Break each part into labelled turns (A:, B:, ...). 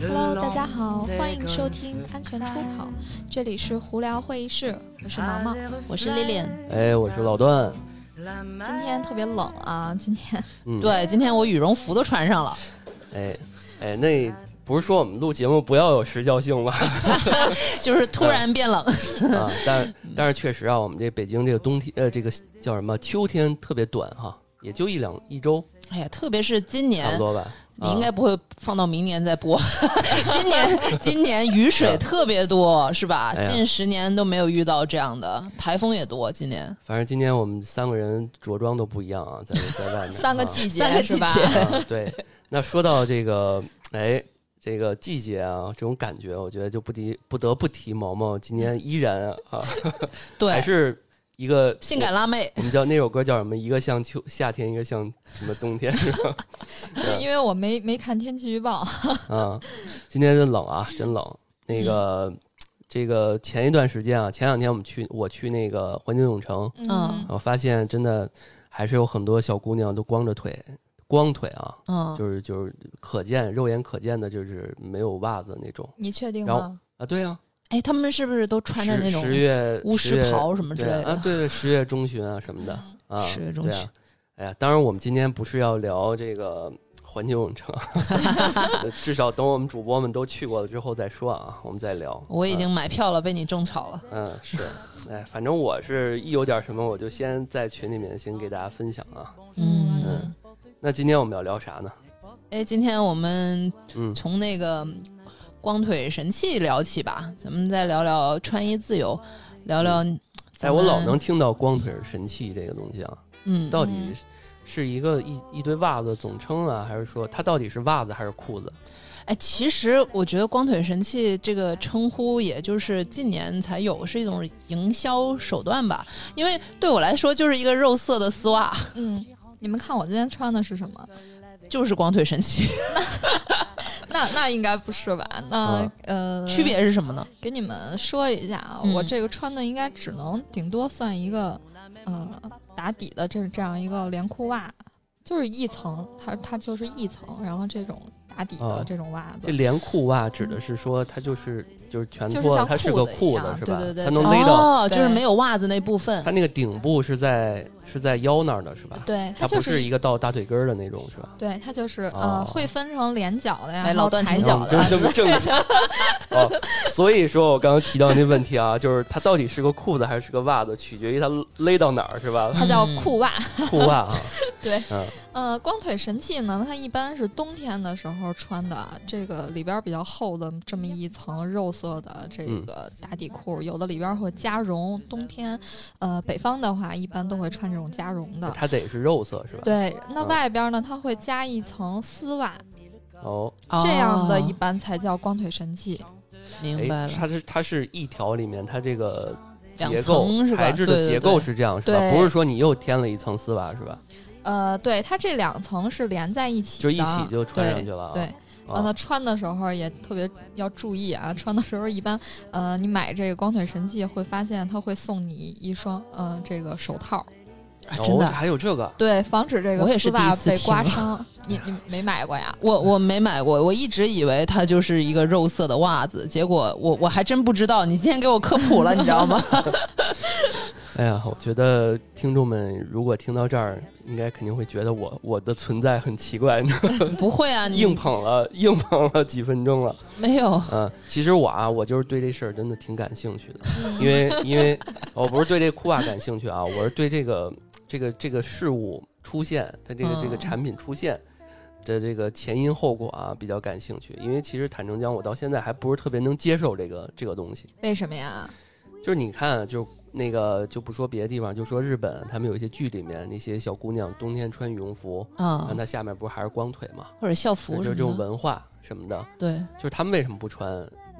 A: Hello，大家好，欢迎收听《安全出口》，这里是胡聊会议室，我是毛毛，
B: 我是 Lilian。
C: 哎，我是老段。
A: 今天特别冷啊，今天
C: 嗯，，
B: 对，今天我羽绒服都穿上了，
C: 哎，哎，那不是说我们录节目不要有时效性吗？
B: 就是突
C: 嗯
B: 然变冷。
C: 啊，但但是确实啊，我们这北京这个冬天，呃，这个叫什么？秋天特别短哈、也就一两一周，
B: 哎呀，特别是今
C: 差不
B: 年，
C: 多吧。
B: 你应该
C: 啊
B: 不会放到明年再播。 今年今年雨水特别多，是吧？
C: 哎呀
B: 近十年都没有遇到这样的，台风也多。今年
C: 反正今天我们三个人着装都不一样啊，在在外面
A: 三个季节
B: 三个季
A: 是吧？
B: 节
C: 啊啊。对，那说到这个，哎。这个季节啊，这种感觉，我觉得就不提不得不提毛毛今年依然啊，还
B: 对
C: 是一个
B: 性感辣妹，
C: 我们叫那首歌叫什么？一个像秋夏天，一个像什么冬天，是 吧？
A: 因为我没没看天气预报，
C: 啊，今天真冷啊，真冷。
B: 嗯
C: 那个，这个前一段时间啊，前两天我们去我去那个环球影城，
B: 嗯
C: 我发现真的还是有很多小姑娘都光着腿，光腿啊，
B: 嗯，
C: 就是就是可见肉眼可见的，就是没有袜子那种
A: 你确定
C: 然后
A: 吗？
C: 啊。对啊，
B: 哎，他们是不是都穿着
C: 十
B: 那种
C: 十月
B: 巫
C: 十
B: 师
C: 月
B: 袍什么之
C: 对
B: 类
C: 啊啊，
B: 的？
C: 对对，十月中旬啊什么的啊，
B: 十月中
C: 对
B: 旬
C: 啊。哎呀，当然我们今天不是要聊这个环球影 城，至少等我们主播们都去过了之后再说啊，我们再聊。
B: 我已经买票了，被你种草了。
C: 嗯嗯是，哎，反正我是一有点什么，我就先在群里面先给大家分享啊。
B: 嗯
C: 嗯，那今天我们要聊啥呢？
B: 哎，今天我们
C: 嗯
B: 从那个光腿神器聊起吧，咱们再聊聊穿衣自由，聊聊
C: 哎，
B: 咱
C: 我
B: 们
C: 老能听到“光腿神器”这个东西啊，
B: 嗯，
C: 到底
A: 嗯
C: 是是一个一一堆袜子总称啊，还是说它到底是袜子还是裤子？
B: 哎，其实我觉得“光腿神器”这个称呼，也就是近年才有，是一种营销手段吧。因为对我来说，就是一个肉色的丝袜，
A: 嗯，你们看我今天穿的是什么？
B: 就是光腿神器。
A: 那那应该不是吧？那
C: 啊
A: 呃，
B: 区别是什么呢？
A: 给你们说一下啊，
B: 嗯
A: 我这个穿的应该只能顶多算一个呃打底的这这样一个连裤袜，就是一层，它它就是一层，然后这种打底的
C: 哦
A: 这种袜子。
C: 这连裤袜指的是说它就是就是全
A: 就是
C: 脱了，
A: 像
C: 它是
A: 裤
C: 个
A: 子一
C: 裤
A: 样
C: 子是
A: 对
C: 吧
A: 对？对
C: 它能勒到，
B: 哦，就是
A: 对
B: 没有袜子那部分
C: 它。那个顶部是在是在腰那儿的是吧？
A: 对，
C: 它
A: 它
C: 不
A: 就是是
C: 一个到大腿根儿的那种是吧？
A: 对，它就是
C: 哦
A: 呃，会分成连脚的呀，
B: 哎
A: 然
B: 老
A: 后
B: 段
A: 踩
B: 挺
A: 脚
B: 懂
C: 嗯，就
A: 的
C: 是。这么正哦，所以说我刚刚提到那问题啊，就是它到底是个裤子还是个袜子，取决于它勒到哪儿 是吧？
A: 它叫
B: 嗯
A: 裤袜，
C: 裤袜啊，
A: 对，
C: 嗯
A: 呃，光腿神器呢，它一般是冬天的时候穿的，啊这个里边儿比较厚的这么一层肉色的这
C: 嗯
A: 个打底裤，有的里边儿会加绒。冬天，呃，北方的话一般都会穿这种加绒的。
C: 它得是肉色是吧？，
A: 哦对，那
C: 啊
A: 外边儿呢，它会加一层丝袜，
C: 哦，
A: 这样的一
B: 哦
A: 般才叫光腿神器。
B: 明白
C: 哎，
B: 了，
C: 它是它是一条里面它这个。
B: 两
C: 结构
B: 层是吧
C: 材质的
B: 对对
C: 结构
B: 对
C: 是这样是吧？
A: 对
C: 不是说你又添了一层丝袜是吧？
A: 呃，对，它这两层是连在一起的，
C: 就一起就穿上去了啊。
A: 对。对
B: 哦
A: 然后他
C: 啊
A: 穿的时候也特别要注意啊，穿的时候一般，呃，你买这个光腿神器会发现它会送你一双，呃，这个手套，
B: 啊
C: 哦
B: 真的
C: 还有这个
A: 对，防止这
B: 我也
A: 个丝
B: 是
A: 袜
B: 第一次
A: 被刮
B: 听啊
A: 伤。你你没买过呀？
B: 我我没买过，我一直以为它就是一个肉色的袜子，结果我我还真不知道。你今天给我科普了，你知道 吗？
C: 哎呀，我觉得听众们如果听到这儿，应该肯定会觉得我我的存在很奇怪， 你知道吗
B: 不会啊，
C: 硬
B: 你
C: 捧了硬捧了几分钟了。
B: 没有
C: 嗯，其实我啊，我就是对这事儿真的挺感兴趣的，
B: 嗯
C: 因为因为我不是对这裤袜感兴趣啊，我是对这个这个这个事物出现，它这个这个
B: 嗯
C: 产品出现。的这个前因后果啊，比较感兴趣，因为其实坦诚讲，我到现在还不是特别能接受这个这个东西。
A: 为什么呀？
C: 就是你看，啊就那个就不说别的地方，就说日本，他们有一些剧里面那些小姑娘冬天穿羽绒服，
B: 啊
C: 那、，她下面不是还是光腿嘛？
B: 或者校
C: 就
B: 服什
C: 这
B: 么
C: 种
B: 的，
C: 文化什么的，
B: 对
C: 就是他们为什么不穿？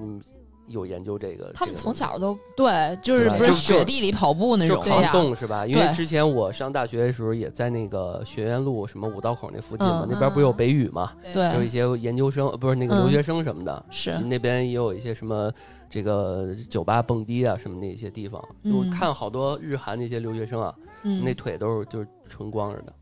C: 嗯，有研究这个。
A: 他们
C: 这个
A: 从小都
B: 对，就是
C: 对吧
B: 不是
C: 就是
B: 雪地里跑步那
C: 就
B: 种
C: 是
A: 对
C: 抗
A: 呀
C: 冻是吧？因为
B: 对
C: 之前我上大学的时候也在那个学院路什么五道口那附近嘛，
B: 嗯
C: 那边不是有北语嘛，有一
B: 对
C: 些研究生呃不是那个留
B: 嗯
C: 学生什么的，
B: 是
C: 那边也有一些什么这个酒吧蹦迪啊什么那些地方，
B: 嗯
C: 我看好多日韩那些留学生啊，
B: 嗯
C: 那腿都是就是纯光着的，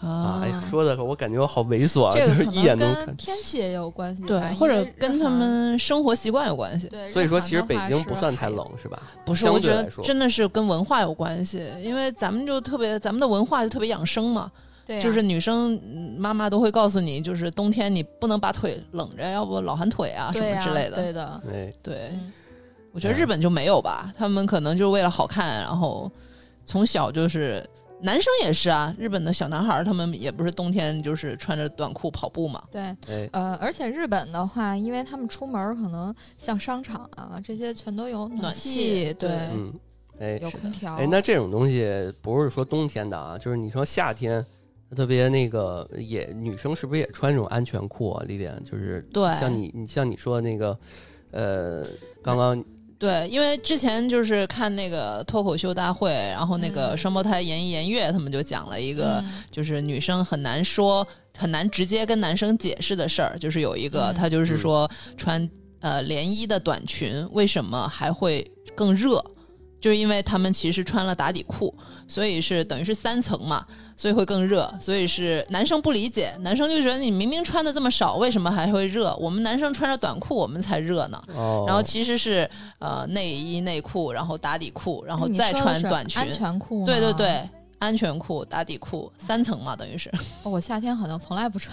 C: 啊
B: 啊，
C: 哎呀，说的我感觉我好猥琐，啊，
A: 这
C: 就
A: 个
C: 是
A: 可
C: 一眼
A: 能
C: 能看
A: 跟。天气也有关系吧，
B: 对
A: 因，为
B: 或者
A: 日
B: 跟他
A: 韩
B: 们生活习惯有关系。
A: 对，
C: 所以
A: 日
C: 说，
A: 韩
C: 其实
A: 的
C: 北
A: 话
C: 京不
A: 是
C: 算
A: 还
C: 太
A: 有
C: 冷，是吧？
B: 不是，
C: 相
B: 我觉
C: 对
B: 得
C: 来说
B: 真的是跟文化有关系，因为咱们就特别，咱们的文化就特别养生嘛，
A: 对呀、
B: 就是女生嗯妈妈都会告诉你，就是冬天你不能把腿冷着，要不老寒腿啊什
A: 对
B: 么
A: 呀
B: 之类的。
A: 对的，
C: 哎，
B: 对
A: 嗯
B: 我觉得日本就没有吧，他们可能就是为了好看，然后从小就是男生也是啊，日本的小男孩儿他们也不是冬天就是穿着短裤跑步嘛，
A: 对。
C: 哎，
A: 呃，而且日本的话，因为他们出门儿可能像商场啊这些全都有
B: 暖
A: 气，
B: 气
A: 对，
B: 对
C: 嗯，哎，
A: 有啊空调。
C: 哎，那这种东西不是说冬天的啊，就是你说夏天，特别那个也女生是不是也穿这种安全裤啊？李典，就是
B: 对
C: 像你你像你说的那个，呃，刚刚
B: 对，因为之前就是看那个脱口秀大会，然后那个
A: 嗯
B: 双胞胎严艺严月他们就讲了一个，
A: 嗯
B: 就是女生很难说、很难直接跟男生解释的事儿，就是有一个，
A: 嗯
B: 她就是说穿呃连衣的短裙为什么还会更热，就是因为他们其实穿了打底裤，所以是等于是三层嘛，所以会更热，所以是男生不理解，男生就觉得你明明穿的这么少，为什么还会热？我们男生穿着短裤，我们才热呢。
C: 哦，
B: 然后其实是呃内衣、内裤，然后打底裤，然后
A: 哎你
B: 再
A: 说的
B: 穿
A: 是
B: 短裙
A: 安。全裤吗。
B: 对对对，安全裤、打底裤三层嘛，等于是，
A: 哦我夏天好像从来不穿，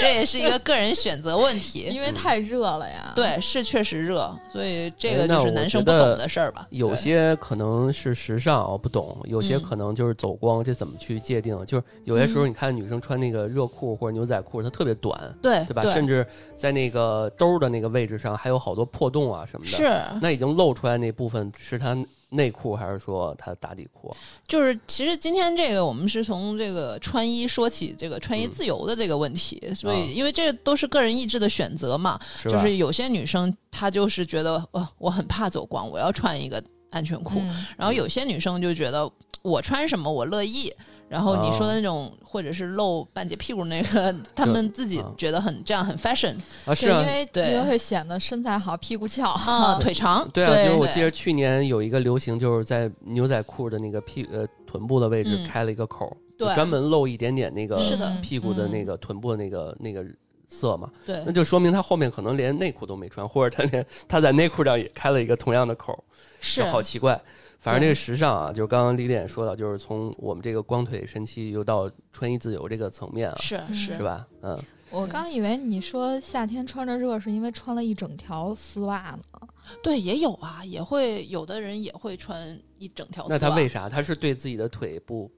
B: 这也是一个个人选择问题。
A: 因为太热了呀。，
B: 对，是确实热，所以这
C: 哎
B: 个
C: 那
B: 就是
C: 我
B: 男
C: 觉
B: 生不懂
C: 得
B: 的事儿吧。
C: 有
B: 对
C: 些可能是时尚，我不懂；有些
B: 嗯
C: 可能就是走光，这怎么去界定？就是有些时候你看女生穿那个热裤或者牛仔裤，它特别短，
B: 对
C: 对吧？甚至在那个兜儿的那个位置上还有好多破洞啊什么的。
B: 是
C: 那已经露出来那部分是她内裤还是说她打底裤？
B: 就是，其实今天这个我们是从这个穿衣说起，这个穿衣
C: 嗯
B: 自由的这个问题，所
C: 啊
B: 以因为这都是个人意志的选择嘛，
C: 是吧？
B: 就是有些女生她就是觉得，呃，我很怕走光，我要穿一个安全裤，
A: 嗯、
B: 然后有些女生就觉得我穿什么我乐意，然后你
C: 哦
B: 说的那种、或者是露半截屁股那个，她们自己
C: 啊
B: 觉得很这样很 fashion
A: 对
C: 啊，是啊
A: 因，为
B: 对
A: 因为会显得身材好，屁股 翘
B: 啊，腿长，
C: 对啊，就是我记
B: 对
C: 得去年有一个流行，就是在牛仔裤的那个屁呃臀部的位置
B: 嗯
C: 开了一个口儿，就
B: 对
C: 专门露一点点那个
B: 是的
C: 屁股的那
B: 嗯
C: 个臀部的那个那个色嘛，
B: 对
C: 那就说明他后面可能连内裤都没穿，或者他连他在内裤上也开了一个同样的口儿，
B: 是
C: 就好奇怪。反正这
B: 对
C: 个时尚啊，就是刚刚李典说到，就是从我们这个光腿神器又到穿衣自由这个层面啊，
B: 是
A: 嗯
B: 是
C: 是？吧？嗯，
A: 我刚以为你说夏天穿着热是因为穿了一整条丝袜 呢。
B: 对，也有啊，也会有的人也会穿一整条丝
C: 那
B: 袜。
C: 他为啥？他是对自己的腿不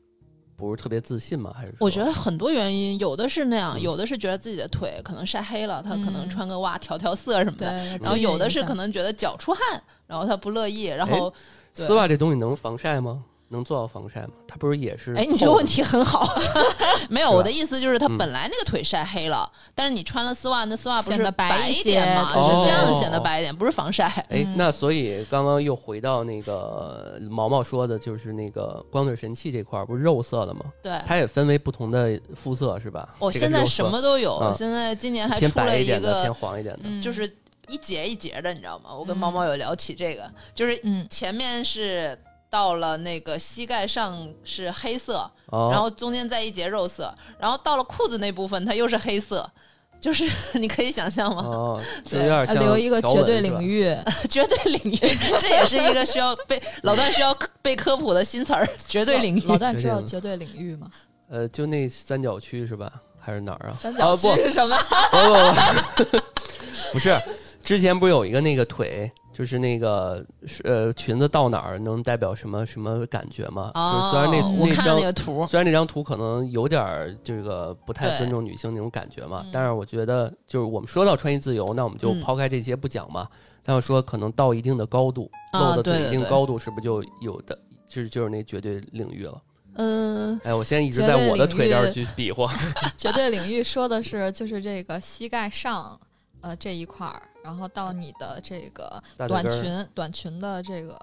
C: 不是特别自信吗？还是说
B: 我觉得很多原因，有的是那样，
C: 嗯
B: 有的是觉得自己的腿可能晒黑了，他可能
A: 嗯
B: 穿个袜调调色啊什么
A: 对
B: 的。，然
A: 这
B: 后
A: 个
B: 有的
A: 影
B: 是
A: 响
B: 可能觉得脚出汗，然后他不乐意，然后对
C: 丝袜这东西能防晒吗？能做到防晒吗？它不是也是？
B: 哎，你这个问，题很 好，没有
C: 是吧
B: 我的意思就是，他
C: 嗯
B: 本来那个腿晒黑了，但是你穿了丝袜，那丝袜不
A: 显
B: 是
A: 得白一
B: 一点
A: 些哦
B: 吗？
C: 对
B: 是这
C: 对
B: 样
C: 对
B: 显得白一点，不是防晒。
C: 哎
A: 嗯，
C: 那所以刚刚又回到那个毛毛说的，就是那个光腿神器这块儿，不是肉色的吗？
B: 对，
C: 它也分为不同的肤色是吧？
B: 我
C: 这个
B: 现在
C: 肉色
B: 什么都有
C: 嗯，
B: 现在今年还
C: 偏
B: 出
C: 白
B: 了
C: 一
B: 一
C: 点的，
B: 个
C: 偏，黄一点的，
A: 嗯
B: 就是一节一节的，你知道吗？我跟
A: 嗯
B: 毛毛有聊起这个，就是
A: 嗯，
B: 前面是到了那个膝盖上是黑色，
C: 哦，
B: 然后中间再一节肉色，然后到了裤子那部分它又是黑色，就是 你可以想象吗？
C: 哦，就
B: 对
C: 有点
A: 呃
C: 像
A: 留一个
C: 条
A: 绝
C: 纹
A: 对
C: 是吧
A: 领域，
B: 绝对领域， 这也是一个需要被老段需要被科普的新词儿。绝对领域，
A: 老旦
C: 绝
A: 知道
C: 对领域
A: 绝对领域吗？
C: 呃，就那三角区是吧？还是哪儿啊？
A: 三
B: 哦
A: 角区
C: 不
A: 是什么？
C: 不不 不，不是，之前不是有一个那个腿，就是那个是呃裙子到哪儿能代表什么什么感觉吗？就是虽然那、
B: 哦我
C: 那
B: 看了
C: 张
B: 那个图，
C: 虽然那张图可能有点儿这个不太
B: 对
C: 尊重女性那种感觉嘛
A: 嗯，
C: 但是我觉得就是我们说到穿衣自由，那我们就
B: 嗯
C: 抛开这些不讲嘛，但要说可能到一定的高度，
B: 啊
C: 露的
B: 对
C: 对
B: 对
C: 一定
B: 对
C: 高度，是不是就有的就是就是那绝对领域了？
B: 嗯，
C: 哎，我现在一直
A: 绝
C: 在
A: 对
C: 我的
A: 领
C: 腿这儿
A: 域
C: 去比划，
A: 绝对领域说的是就是这个膝盖上呃这一块儿，然后到你的这个
C: 大腿
A: 短
C: 根儿
A: 裙短裙的这个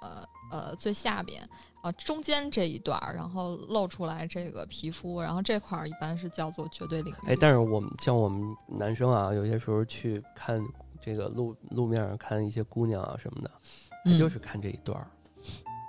A: 呃最下边啊中间这一段儿，然后露出来这个皮肤，然后这块儿一般是叫做绝对领域。
C: 哎，但是我们像我们男生啊，有些时候去看这个路路面上看一些姑娘啊什么的，
B: 嗯
C: 就是看这一段儿，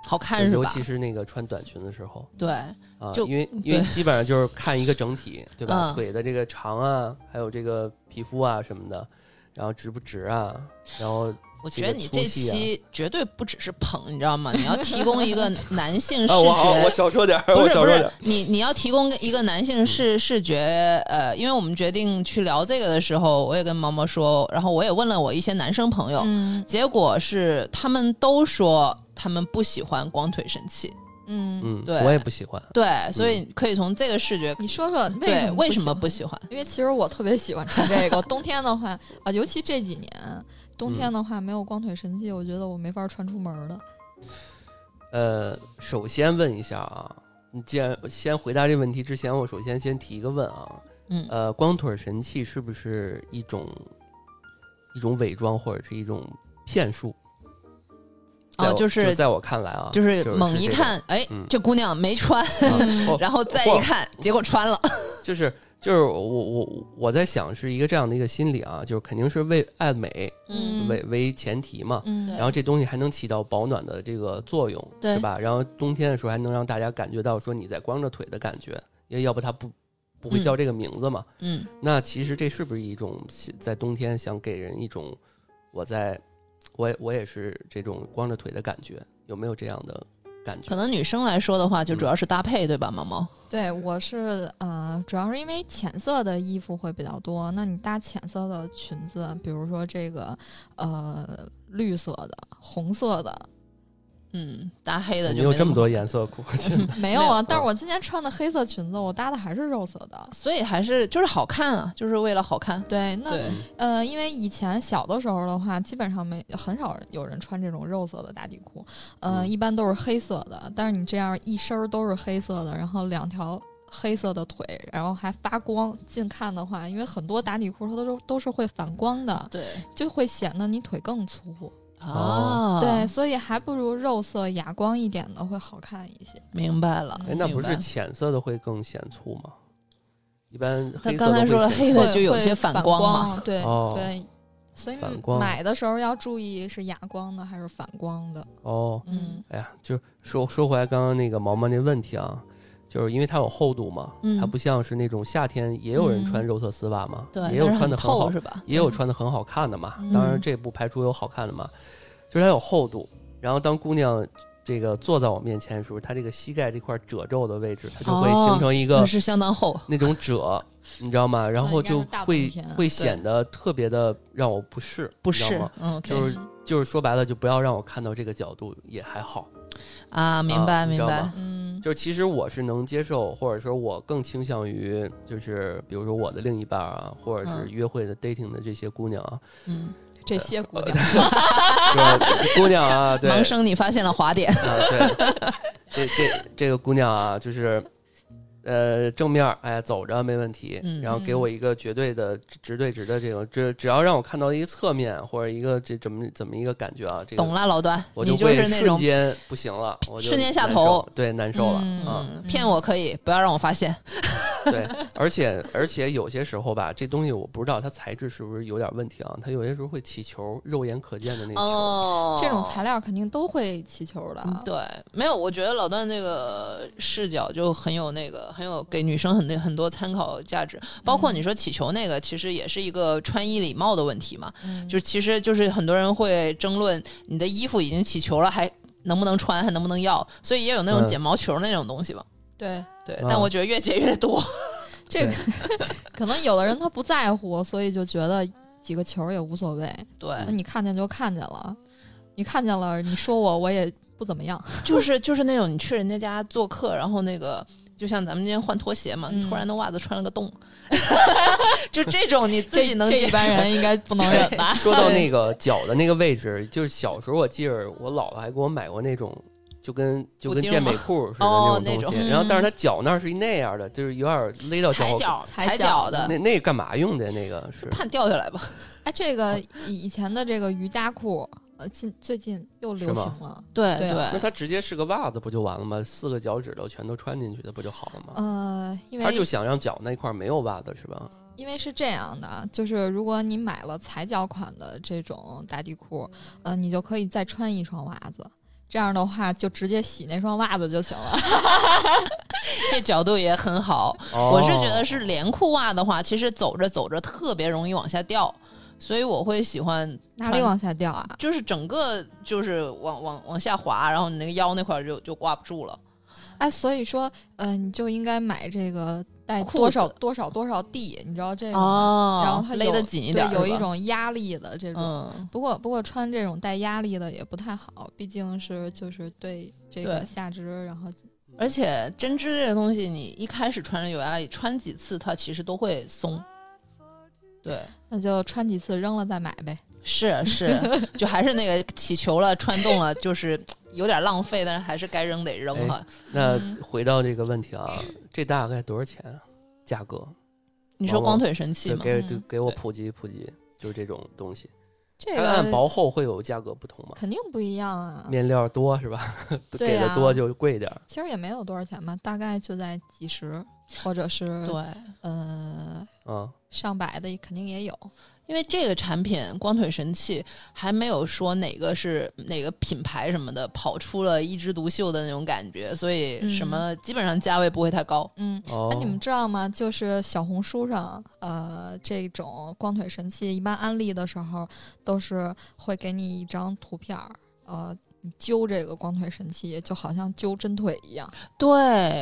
B: 好看是
C: 尤
B: 吧
C: 其？是那个穿短裙的时候
B: 对，
C: 啊，
B: 就嗯
C: 因为因为
B: 对
C: 基本上就是看一个整体，对吧？
B: 嗯
C: 腿的这个长啊，还有这个皮肤啊什么的，然后直不直啊，然后
B: 我
C: 这
B: 觉得
C: 个
B: 你
C: 粗
B: 这
C: 细啊
B: 期绝对不只是捧，你知道吗？你要提供一 个男性视
C: 啊，我好，我
B: 觉。
C: 少说点儿，
B: 不
C: 我
B: 是
C: 少
B: 不
C: 说点
B: 是
C: 儿。，
B: 你你要提供一个男性
C: 嗯
B: 视视觉，呃，因为我们决定去聊这个的时候，我也跟毛毛说，然后我也问了我一些男生朋友，
A: 嗯
B: 结果是他们都说他们不喜欢光腿神器，
A: 嗯，
C: 嗯，
B: 对
C: 我也不喜欢。
B: 对，所以可以从这个视觉，
A: 你说说为
B: 对
A: 什
B: 为什么
A: 不
B: 不
A: 喜
B: 喜欢？
A: 欢？因为其实我特别喜欢穿这个，冬天的话啊，尤其这几年
C: 嗯
A: 冬天的话，没有光腿神器，我觉得我没法穿出门
B: 嗯
A: 儿了。
C: 呃，首先问一下啊，你既然先回答这问题之前，我首先先提一个问啊，
B: 嗯，
C: 呃，光腿神器是不是一种一种伪装或者是一种骗术？
B: 哦
C: 在我
B: 就
C: 就是在我看来啊，
B: 就是
C: 这
B: 猛一
C: 种
B: 看，哎
C: 嗯，
B: 这姑娘没穿，
C: 啊哦
B: 然后再一看，结果穿了，
C: 就是就是我我我在想是一个这样的一个心理啊，就是肯定是为爱美
A: 嗯
C: 为为前提嘛，
A: 嗯，
C: 然后这东西还能起到保暖的这个作用，
B: 对
C: 是吧？然后冬天的时候还能让大家感觉到说你在光着腿的感觉，因为要不它不不会
B: 嗯
C: 叫这个名字嘛。
B: 嗯，
C: 那其实这是不是一种想在冬天想给人一种我在我也我也是这种光着腿的感觉？有没有这样的感觉
B: 可？能女生来说的话，就主要是搭配，对吧，毛毛？
A: 对，我是呃，主要是因为浅色的衣服会比较多。那你搭浅色的裙子，比如说这个呃绿色的、红色的，
B: 嗯，搭黑的
C: 你
B: 就
C: 有
B: 没那
C: 这么多
B: 好，
C: 颜色裤，
A: 没有啊。
C: 有
A: 但是我今年穿的黑色裙子，我搭的还是肉色的。
B: 所以还是就是好看啊，就是为了好看。
A: 对，那
B: 对，
A: 呃，因为以前小的时候的话，基本上没很少有人穿这种肉色的打底裤，呃，
C: 嗯
A: 一般都是黑色的。但是你这样一身儿都是黑色的，然后两条黑色的腿，然后还发光，近看的话，因为很多打底裤它都是都是会反光的，
B: 对
A: 就会显得你腿更粗。
B: 啊，
A: 对，，所以还不如肉色哑光一点的会好看一些。
B: 明白了
A: 哎。
C: 哎，那不
B: 明
C: 是
B: 白
C: 浅色的会更显粗吗？一般
B: 他
C: 黑色
B: 刚
C: 的
B: 才
C: 会
B: 说了
C: 显
B: 黑
C: 粗
B: 的
A: 会
B: 就有
A: 会
B: 些
A: 反
B: 反光嘛
A: 对、
C: 哦
A: 对，所以
C: 反光
A: 买的时候要注意是哑光的还是反光的。
C: 哦。
B: 嗯
A: 嗯，
C: 哎呀，就说说回来刚刚那个毛毛那问题啊，就是因为它有厚度嘛，
B: 嗯
C: 它不像是那种夏天也有人穿
A: 嗯
C: 肉色丝袜嘛，
B: 对，
C: 也有
B: 但是
C: 穿的很好
B: 透是吧？嗯
C: 也有穿的很好看的嘛。
A: 嗯
C: 当然，这不排除有好看的嘛，就是它有厚度。然后当姑娘这个坐在我面前的时候，她这个膝盖这块褶皱的位置，它就会
B: 哦
C: 形成一个
B: 那是相当厚，
C: 那种褶，你知道吗？然后
A: 应该是
C: 就
A: 大
C: 会
A: 冬天啊
C: 会显得特别的让我不适，
B: 不
C: 你知道
B: 是
C: 吗？？
B: 嗯
C: 就
B: ，OK
C: 是就是说白了，就不要让我看到这个角度也还好。
B: 啊，明白
C: 啊你知
B: 明
C: 道
B: 白
C: 吧，
A: 嗯
C: 就是其实我是能接受，或者说我更倾向于就是比如说我的另一半啊，或者是
B: 嗯
C: 约会的 dating 的这些姑娘啊，
B: 嗯，
A: 这些姑娘，
C: 就是姑娘啊，对啊
B: 盲，生你发现了滑点，
C: 对，这这这个姑娘啊，就是。呃，正面儿哎走着没问题，
B: 嗯
C: 然后给我一个绝对的直直对直的这种，只只要让我看到一个侧面或者一个这怎么怎么一个感觉啊，这个
B: 懂了，老段，
C: 我
B: 你就
C: 会
B: 是那
C: 瞬
B: 种
C: 间不行了，我就
B: 瞬间下
C: 难
B: 头
C: 受，对，难受了
A: 嗯
C: 啊。
B: 嗯，骗我可以，不要让我发现。
C: 对， 而且而且有些时候吧，这东西我不知道它材质是不是有点问题啊，它有些时候会起球，肉眼可见的那个球。
B: 哦嗯
A: 这种材料肯定都会起球的。
B: 对，没有，我觉得老段这个视角就很有那个，很有给女生很多很多参考价值。包
C: 嗯
B: 括你说起球那个，其实也是一个穿衣礼貌的问题嘛。
A: 嗯，
B: 就其实就是很多人会争论，你的衣服已经起球了，还能不能穿，还能不能要？所以也有那种
C: 嗯
B: 剪毛球那种东西嘛。
A: 对
B: 对，
C: 嗯
B: 但我觉得越剪越多。
A: 这个， 可能有的人他不在乎，所以就觉得几个球也无所谓。
B: 对，
A: 那你看见就看见了，你看见了，你说我我也不怎么样。
B: 就是就是那种你去人家家做客，然后那个就像咱们今天换拖鞋嘛，
A: 嗯
B: 突然的袜子穿了个洞， 就这种你 自己能
A: 这
B: 接
A: 一般人应该不能忍吧？
C: 说到那个脚的那个位置， 就是小时候我记着我姥姥还给我买过那种，就跟就跟
B: 补丁
C: 健
B: 吗
C: 美裤似的
B: 哦
C: 种东
B: 那
C: 西，
A: 种
C: 然后但是它脚那儿是那样的，就是有点勒到脚
B: 踩
C: 后
B: 脚
A: 踩
B: 踩
A: 脚
B: 脚的，
C: 那那干嘛用的那个是？
B: 嗯怕掉下来吧？
A: 哎，这个以以前的这个瑜伽裤，呃，近最近又流行了。
B: 对
A: 对
C: 那它直接是个袜子不就完了吗？四个脚趾头全都穿进去的不就好了
B: 哦
C: 吗？
B: 嗯
A: 呃，因
C: 他就
A: 为
C: 想让脚那块儿没有袜子是吧？
A: 因为是这样的，啊就是如果你买了踩脚款的这种打底裤，呃，你就可以再穿一双袜子。这样的话就直接洗那双袜子就行了。
B: 这角度也很好。
C: 哦
B: 我是觉得是连裤袜的话，其实走着走着特别容易往下掉，所以我会喜欢
A: 哪里
B: 穿
A: 往下掉啊？
B: 就是整个就是往往往下滑，然后你那个腰那块儿就就挂不住了。
A: 哎，所以说，呃，你就应该买这个带
B: 裤
A: 多
B: 子
A: 少多少多少 D，你知道这个吗？
B: 哦
A: 然后它
B: 勒
A: 有
B: 得紧一
A: 对
B: 点，
A: 有
B: 是
A: 一
B: 吧
A: 种压力的这种。
B: 嗯，
A: 不过，不过穿这种带压力的也不太好，毕竟是就是对这个
B: 对
A: 下肢，然后
B: 而且针织这个东西，你一开始穿着有压力，穿几次它其实都会松。对，
A: 那就穿几次扔了再买呗。
B: 是 是，就还是那个起球了，穿动了，就是有点浪费，但是还是该扔得扔
C: 哎
B: 哈。
C: 那
A: 嗯
C: 回到这个问题啊，这大概多少钱啊？价格？
B: 你说
C: 往
B: 光
C: 往
B: 腿神器
C: 对，
B: 吗？
C: 给
A: 嗯
C: 就给我普及普及，就是这种东西。
A: 这
C: 它按
A: 个
C: 薄厚会有价格不同吗？
A: 肯定不一样
B: 嗯
A: 啊，
C: 面料多是吧？
A: 对
C: 给
A: 呀
B: 啊
C: 的多就贵点儿。
A: 其实也没有多少钱吧，大概就在几十或者是
B: 对，
A: 呃
C: 嗯，
A: 上百的，肯定也有。
B: 因为这个产品光腿神器还没有说哪个是哪个品牌什么的跑出了一枝独秀的那种感觉，所以什
A: 嗯
B: 么基本上价位不会太高。
A: 嗯，
C: 哦
A: 那、，你们知道吗？就是小红书上，呃，这种光腿神器，一般安利的时候都是会给你一张图片儿，呃，你揪这个光腿神器，就好像揪针腿一样。
B: 对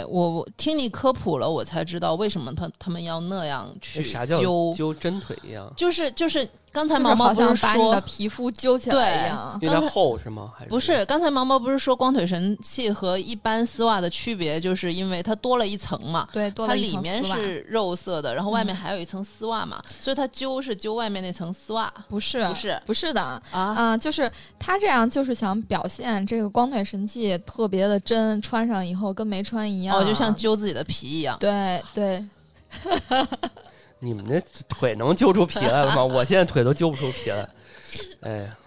B: 我我听你科普了，我才知道为什么他他们要那样去
C: 那啥叫
B: 揪，
C: 揪针腿一样？
B: 就是就是刚才
A: 就是
B: 毛毛
A: 好
B: 不是
A: 像把你的
B: 说。
A: 皮肤揪起来一
B: 对
A: 样。
C: 因为
B: 刚
C: 它
B: 才
C: 厚是吗？还是
B: 不是，？刚才毛毛不是说光腿神器和一般丝袜的区别，就是因为它多了一层嘛，
A: 对，多
B: 它
A: 了一
B: 里
A: 层
B: 面
A: 丝袜
B: 是肉色的，然后外面
A: 嗯
B: 还有一层丝袜嘛，所以它揪是揪外面那层丝袜，
A: 不是
B: 不是
A: 不是的。
B: 啊，
A: 啊、就是他这样，就是想表现这个光腿神器特别的真，穿上以后跟没穿一样。
B: 哦，就像揪自己的皮一样。
A: 对对，
C: 你们这腿能揪出皮来了吗？我现在腿都揪不出皮来。哎呀，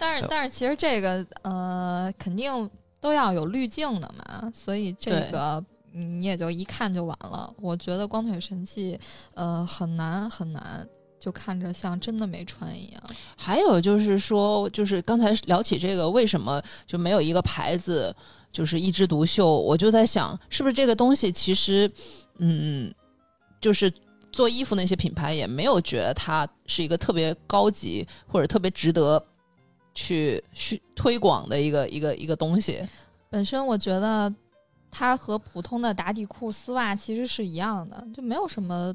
A: 但
C: 还
A: 是
C: 有
A: 但是其实这个呃，肯定都要有滤镜的嘛，所以这
B: 对
A: 个嗯你也就一看就完了。我觉得光腿神器呃很难很难。就看着像真的没穿一样，
B: 还有就是说，就是刚才聊起这个，为什么就没有一个牌子就是一枝独秀？我就在想，是不是这个东西其实，嗯，就是做衣服那些品牌也没有觉得它是一个特别高级或者特别值得去去推广的一个一个一个东西。
A: 本身我觉得它和普通的打底裤、丝袜其实是一样的，就没有什么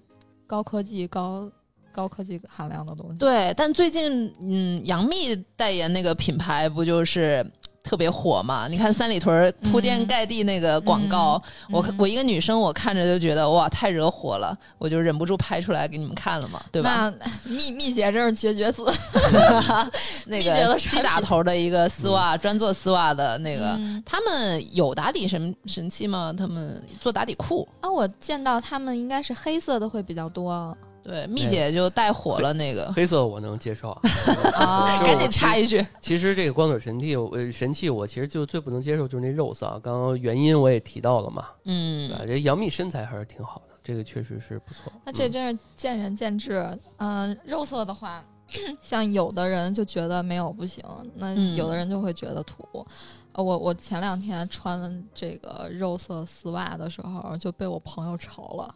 A: 高科技、高高科技含量的东西。
B: 对，但最近嗯，杨幂代言那个品牌不就是特别火嘛？你看三里屯儿铺天
A: 嗯
B: 盖地那个广告，我看
A: 嗯
B: 我一个女生，我看着就觉得哇，太惹火了，我就忍不住拍出来给你们看了嘛，对吧？
A: 那 蜜蜜姐真是绝绝子，
B: 那
A: 蜜姐
B: 个
A: 的
B: C
A: 产品
B: 打头的一个丝袜，专做丝袜的那个。
A: 嗯
B: 他们有打底神神器吗？他们做打底裤，
A: 啊，我见到他们应该是黑色的会比较多。啊
B: 对，蜜姐就带火了那个。
C: 黑色我能 接受啊。
A: 啊
C: 是
B: 哦赶
C: 我
B: 紧插一句，
C: 其实这个光腿神器，我呃神器我其实就最不能接受就是那肉色啊。刚刚原因我也提到了嘛，
B: 嗯
C: 对，吧？这杨幂身材还是挺好的，这个确实是不错。
A: 那这
C: 嗯
A: 真是见仁见智。嗯、肉色的话， 像有的人就觉得没有不行，那
B: 嗯
A: 有的人就会觉得土。呃，我我前两天穿这个肉色丝袜的时候，就被我朋友嘲了。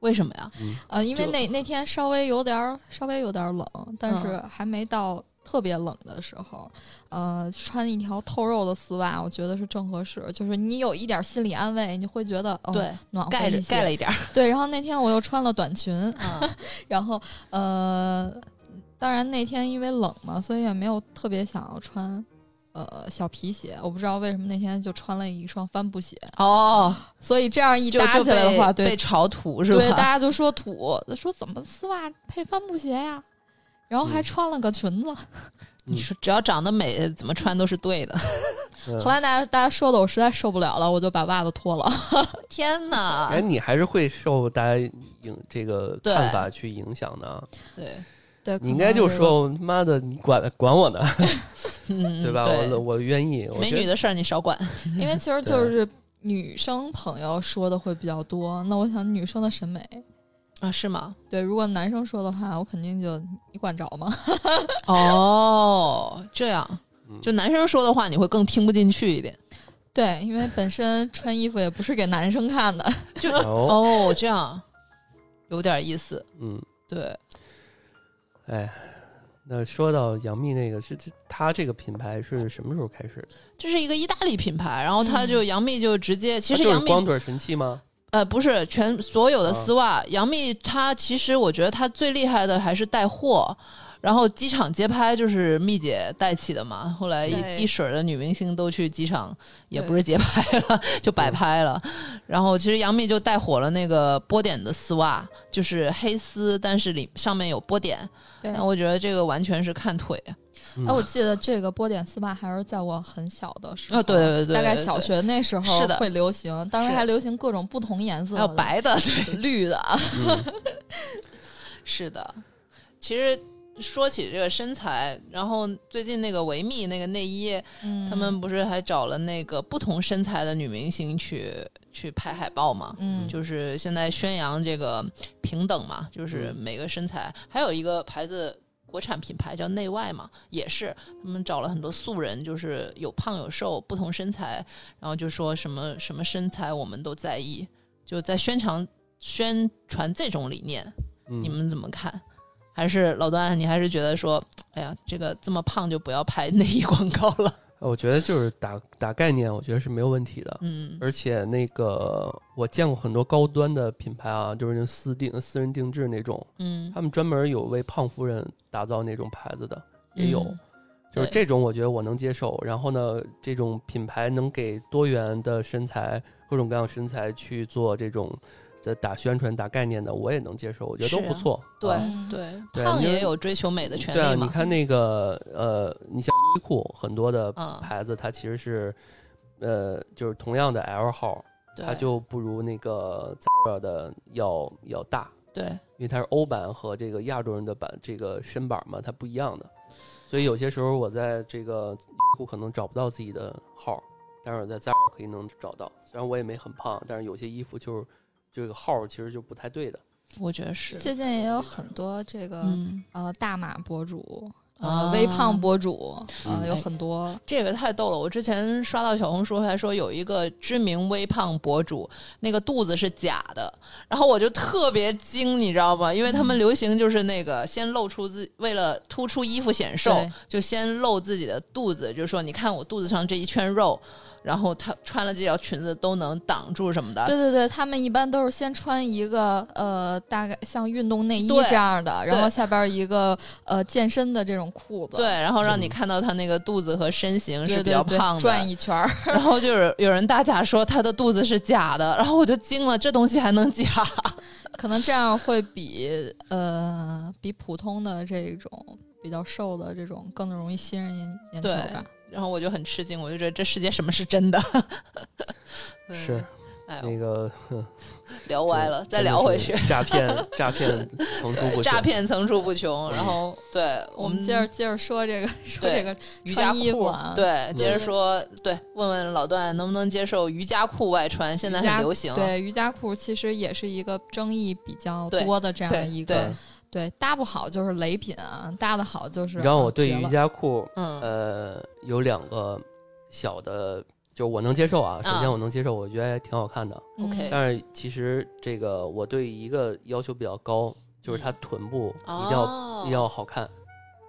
B: 为什么呀？
C: 嗯
A: 呃，因为
C: 就
A: 那那天稍微有点儿稍微有点儿冷，但是
B: 嗯
A: 还没到特别冷的时候。呃，穿一条透肉的丝袜，我觉得是正合适。就是你有一点儿心理安慰，你会觉得哦，
B: 对，
A: 暖和
B: 盖着
A: 一些
B: 盖了一点儿。
A: 对，然后那天我又穿了短裙，
B: 嗯
A: 然后呃，当然那天因为冷嘛，所以也没有特别想要穿呃小皮鞋。我不知道为什么那天就穿了一双帆布鞋，
B: 哦，
A: 所以这样一
B: 就
A: 搭
B: 就
A: 起来
B: 被
A: 的话，
B: 被
A: 对
B: 潮土是
A: 对，大
B: 吧？
A: 家就说土，说怎么丝袜配帆布鞋呀？然后还
C: 嗯
A: 穿了个裙子，
B: 你说只要长得美，怎么穿都是 对的。
C: 嗯
A: 后来大家大家说的我实在受不了了，我就把袜子脱了。
B: 天哪
C: 哎，！你还是会受大家影这个
B: 对
C: 看法去影响的啊。
B: 对，
A: 对，
C: 你应该就
A: 说，
C: 说妈的，你管管我呢，
B: 嗯，
C: 对吧？我我愿意，我
B: 美
C: 觉
B: 女
C: 得
B: 的事儿你少管。
A: 因为其实就是女生朋友说的会比较多，那我想女生的审美。
B: 啊？是吗？
A: 对，如果男生说的话，我肯定就你管着吗？
B: 哦，这样。
C: 嗯嗯
B: 就男生说的话，你会更听不进去一点。
A: 对，因为本身穿衣服也不是给男生看的，
C: 哦，
B: 哦，这样有点意思。
C: 嗯，
B: 对，
C: 哎，那说到杨幂那个是这，她这个品牌是什么时候开始的？
B: 这是一个意大利品牌，然后
A: 嗯
B: 他就杨幂就直接，其实
C: 它就
B: 杨
C: 是
B: 幂
C: 光腿神器吗？
B: 呃，不是全所有的
C: 啊
B: 丝袜，杨幂她其实我觉得她最厉害的还是带货，然后机场街拍就是蜜姐带起的嘛，后来
A: 对
B: 一一水儿的女明星都去机场，也
A: 对
B: 不是街拍了， 就摆拍了。然后其实杨幂就带火了那个波点的丝袜，就是黑丝，但是里上面有波点，
A: 对
B: 那我觉得这个完全是看腿。
C: 嗯
A: 哎，我记得这个波点丝袜还是在我很小的时候，
B: 啊，对对对，
A: 大概
B: 对
A: 小
B: 对
A: 学那时候
B: 是的
A: 会流行，当时
B: 是的
A: 还流行各种不同颜色的，
B: 还有白 的，啊对。
A: 绿的，
C: 嗯
B: 是的，其实说起这个身材，然后最近那个维密那个内衣，
A: 嗯，
B: 他们不是还找了那个不同身材的女明星去去拍海报吗？
A: 嗯
B: 就是现在宣扬这个平等嘛，就是
C: 嗯
B: 每个身材，还有一个牌子。国产品牌叫内外嘛，也是他们找了很多素人，就是有胖有瘦，不同身材，然后就说什么什么身材我们都在意，就在宣传宣传这种理念。
C: 嗯，
B: 你们怎么看？还是老段，你还是觉得说，哎呀，这个这么胖就不要拍内衣广告了。
C: 我觉得就是打打概念，我觉得是没有问题的。
B: 嗯
C: 而且那个我见过很多高端的品牌啊，就是那种私定私人定制那种，
B: 嗯，
C: 他们专门有为胖夫人打造那种牌子的，也有。
B: 嗯
C: 就是
B: 对
C: 这种，我觉得我能接受。然后呢，这种品牌能给多元的身材、各种各样的身材去做这种在打宣传、打概念的，我也能接受，我觉得都
B: 是啊
C: 不错。
B: 对、
C: 啊
A: 嗯
B: 对，
C: 对
B: 胖
C: 因为
B: 也有追求美的权
C: 对
B: 利
C: 啊，你
B: 嘛。
C: 看那个呃，你像优衣库很多的
B: 嗯
C: 牌子，它其实是呃，就是同样的 L 号，它
B: 对
C: 就不如那个 Zara 的要要大，
B: 对
C: 因为它是欧版和这个亚洲人的版这个身板嘛，它不一样的。所以有些时候我在这个优衣库可能找不到自己的号，但是我在 Zara 可以能找到。虽然我也没很胖，但是有些衣服就是这个号其实就不太对的。
B: 我觉得是。
A: 最近也有很多这个、
B: 嗯
A: 呃大码博主。
B: 啊哎
A: 呃，微胖博主，呃，
C: 嗯
A: 有很多，
B: 这个太逗了！我之前刷到小红书还说有一个知名微胖博主，那个肚子是假的，然后我就特别惊，你知道吗？因为他们流行就是那个先露出自，为了突出衣服显瘦
A: 对，
B: 就先露自己的肚子，就说你看我肚子上这一圈肉，然后她穿了这条裙子都能挡住什么的。
A: 对对对，他们一般都是先穿一个呃，大概像运动内衣
B: 对
A: 这样的，然
B: 对
A: 后下边一个呃健身的这种裤子，
B: 对，然后让你
C: 嗯
B: 看到她那个肚子和身形
A: 对
B: 是比
A: 对
B: 较
A: 对
B: 胖的，
A: 转一圈儿，
B: 然后就是有人大假说她的肚子是假的，然后我就惊了，这东西还能假？
A: 可能这样会比呃比普通的这种比较瘦的这种更容易吸引人眼球
B: 对
A: 吧。
B: 然后我就很吃惊，我就觉得这世界什么是真的？ 对
C: 是，
B: 哎呦，
C: 那 个哼
B: 聊歪了，再
C: 真的
B: 聊回
C: 是
B: 去。
C: 诈 骗，诈骗层出不穷。
B: 诈骗层出不穷，
C: 嗯
B: 然后对
A: 我
B: 们
A: 们接着接着说这个说
B: 对
A: 这个
B: 瑜伽
A: 穿衣服
B: 裤
A: 啊，，
B: 对，接着
A: 嗯
B: 说，对，问问老段能不能接受瑜伽裤外穿，现在
A: 瑜伽
B: 很流行，
A: 对瑜伽裤其实也是一个争议比较多的这样的
B: 对
A: 一个
B: 对，
A: 对搭不好就是雷品啊，搭的好就是
C: 你知道我
A: 啊
C: 对
A: 绝
C: 瑜
A: 了
C: 伽裤，
B: 嗯
C: 呃，有两个小的，就我能接受啊。首
B: 啊
C: 先我能接受，我觉得还挺好看的。
A: 嗯
B: OK
C: 但是其实这个我对一个要求比较高，就是它臀部一定要一定
B: 嗯哦，
C: 要好看，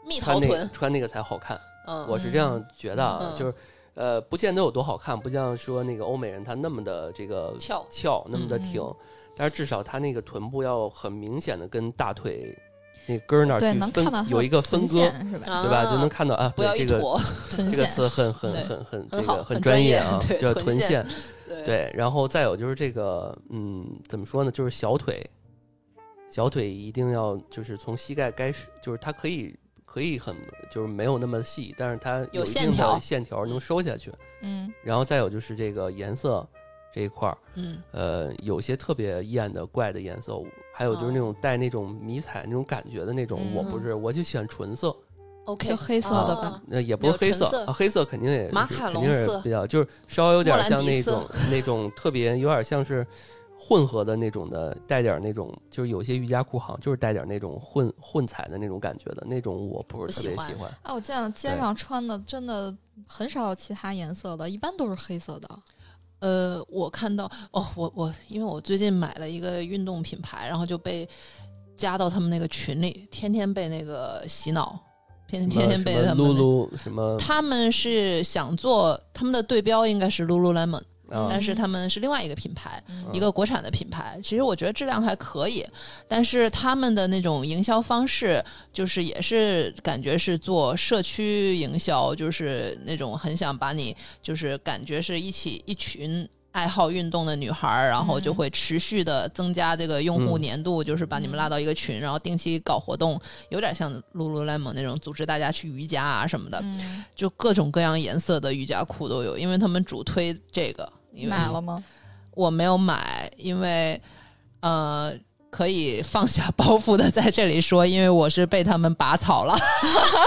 B: 蜜桃
C: 穿那个
B: 臀，
C: 穿那个才好看。
B: 嗯，
C: 我是这样觉得啊
B: 嗯，
C: 就是呃，不见得有多好看，不像说那个欧美人他那么的这个
B: 翘，
C: 翘，那么的
A: 嗯
C: 挺，但是至少他那个臀部要很明显的跟大腿那根儿那儿
A: 对
C: 去
A: 能
C: 分
A: 看到它
C: 有
A: 的
C: 一个
A: 臀
C: 分割，
A: 线 是吧？
B: 啊
C: 对吧？就能看到啊，
B: 不要
C: 对
B: 一
C: 这个
B: 坨，
A: 臀
C: 这个
A: 线
C: 词很很
B: 对
C: 很很这
B: 很好
C: 个
B: 很专
C: 专业
B: 业
C: 啊，
B: 对
C: 叫
B: 臀
C: 臀
B: 线
C: 线。
A: 嗯
B: 对，
C: 对，然后再有就是这个，嗯，怎么说呢？就是小腿，小腿一定要就是从膝盖该是，就是它可以可以很就是没有那么细，但是它
B: 有
C: 一
B: 线
C: 定
B: 条
C: 的线条能收下去。
A: 嗯，
C: 然后再有就是这个颜色这一块儿，
B: 嗯，
C: 呃，有些特别艳的怪的颜色，还有就是那种带那种迷彩那种感觉的那种，我不
B: 哦嗯
C: 是，我就喜欢纯色。
B: OK，
A: 就黑色的吧
B: 啊，
C: 那呃也不是黑
B: 没
C: 色
B: 有纯色
C: 啊，黑色肯定也
B: 马
C: 是
B: 卡
C: 肯
B: 龙
C: 定是
B: 色
C: 比较，就是稍微有点
B: 莫兰
C: 像
B: 迪
C: 那
B: 色
C: 种那种特别有点像是混合的那种的，带点儿那种，就是有些瑜伽裤好像就是带点儿那种混混彩的那种感觉的那种，我不是特别
B: 不喜
C: 喜欢。
A: 啊，我见了街
C: 对
A: 上穿的真的很少有其他颜色的，一般都是黑色的。
B: 呃，我看到哦，我我因为我最近买了一个运动品牌，然后就被加到他们那个群里，天天被那个洗脑，天天天天被
C: 什
B: 他
C: 么
B: 们那。
C: 露露什么，
B: 他们是想做他们的对标应该是 Lululemon，、
C: 啊
B: 但是他们是另外一个品牌，
A: 嗯
B: 一个国产的品牌。其实我觉得质量还可以，但是他们的那种营销方式，就是也是感觉是做社区营销，就是那种很想把你，就是感觉是一起一群。爱好运动的女孩儿，然后就
A: 嗯
B: 会持续的增加这个用户
C: 嗯
B: 粘度，就是把你们拉到一个群，然后定期搞活动，有点像 Lululemon 那种组织大家去瑜伽啊什么的，
A: 嗯，
B: 就各种各样颜色的瑜伽裤都有，因为他们主推这个。因为
A: 买了吗？
B: 我没有买，因为呃，可以放下包袱的在这里说，因为我是被他们拔草了。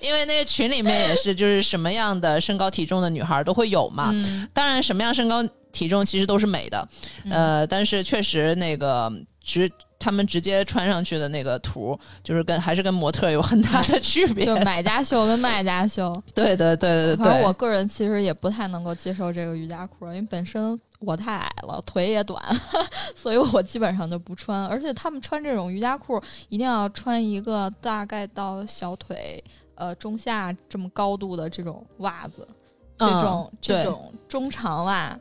B: 因为那个群里面也是，就是什么样的身高体重的女孩都会有嘛。
A: 嗯，
B: 当然，什么样身高体重其实都是美的，
A: 嗯，
B: 呃，但是确实那个直他们直接穿上去的那个图，就是跟还是跟模特有很大的 区别。
A: 就买家秀跟卖家秀。
B: 对对对对
A: 反正
B: 对，
A: 我个人其实也不太能够接受这个瑜伽裤，因为本身我太矮了，腿也短， 所以我基本上就不穿。而且他们穿这种瑜伽裤，一定要穿一个大概到小腿呃中下这么高度的这种袜子，这
B: 嗯
A: 种、这
B: 对
A: 种中长袜。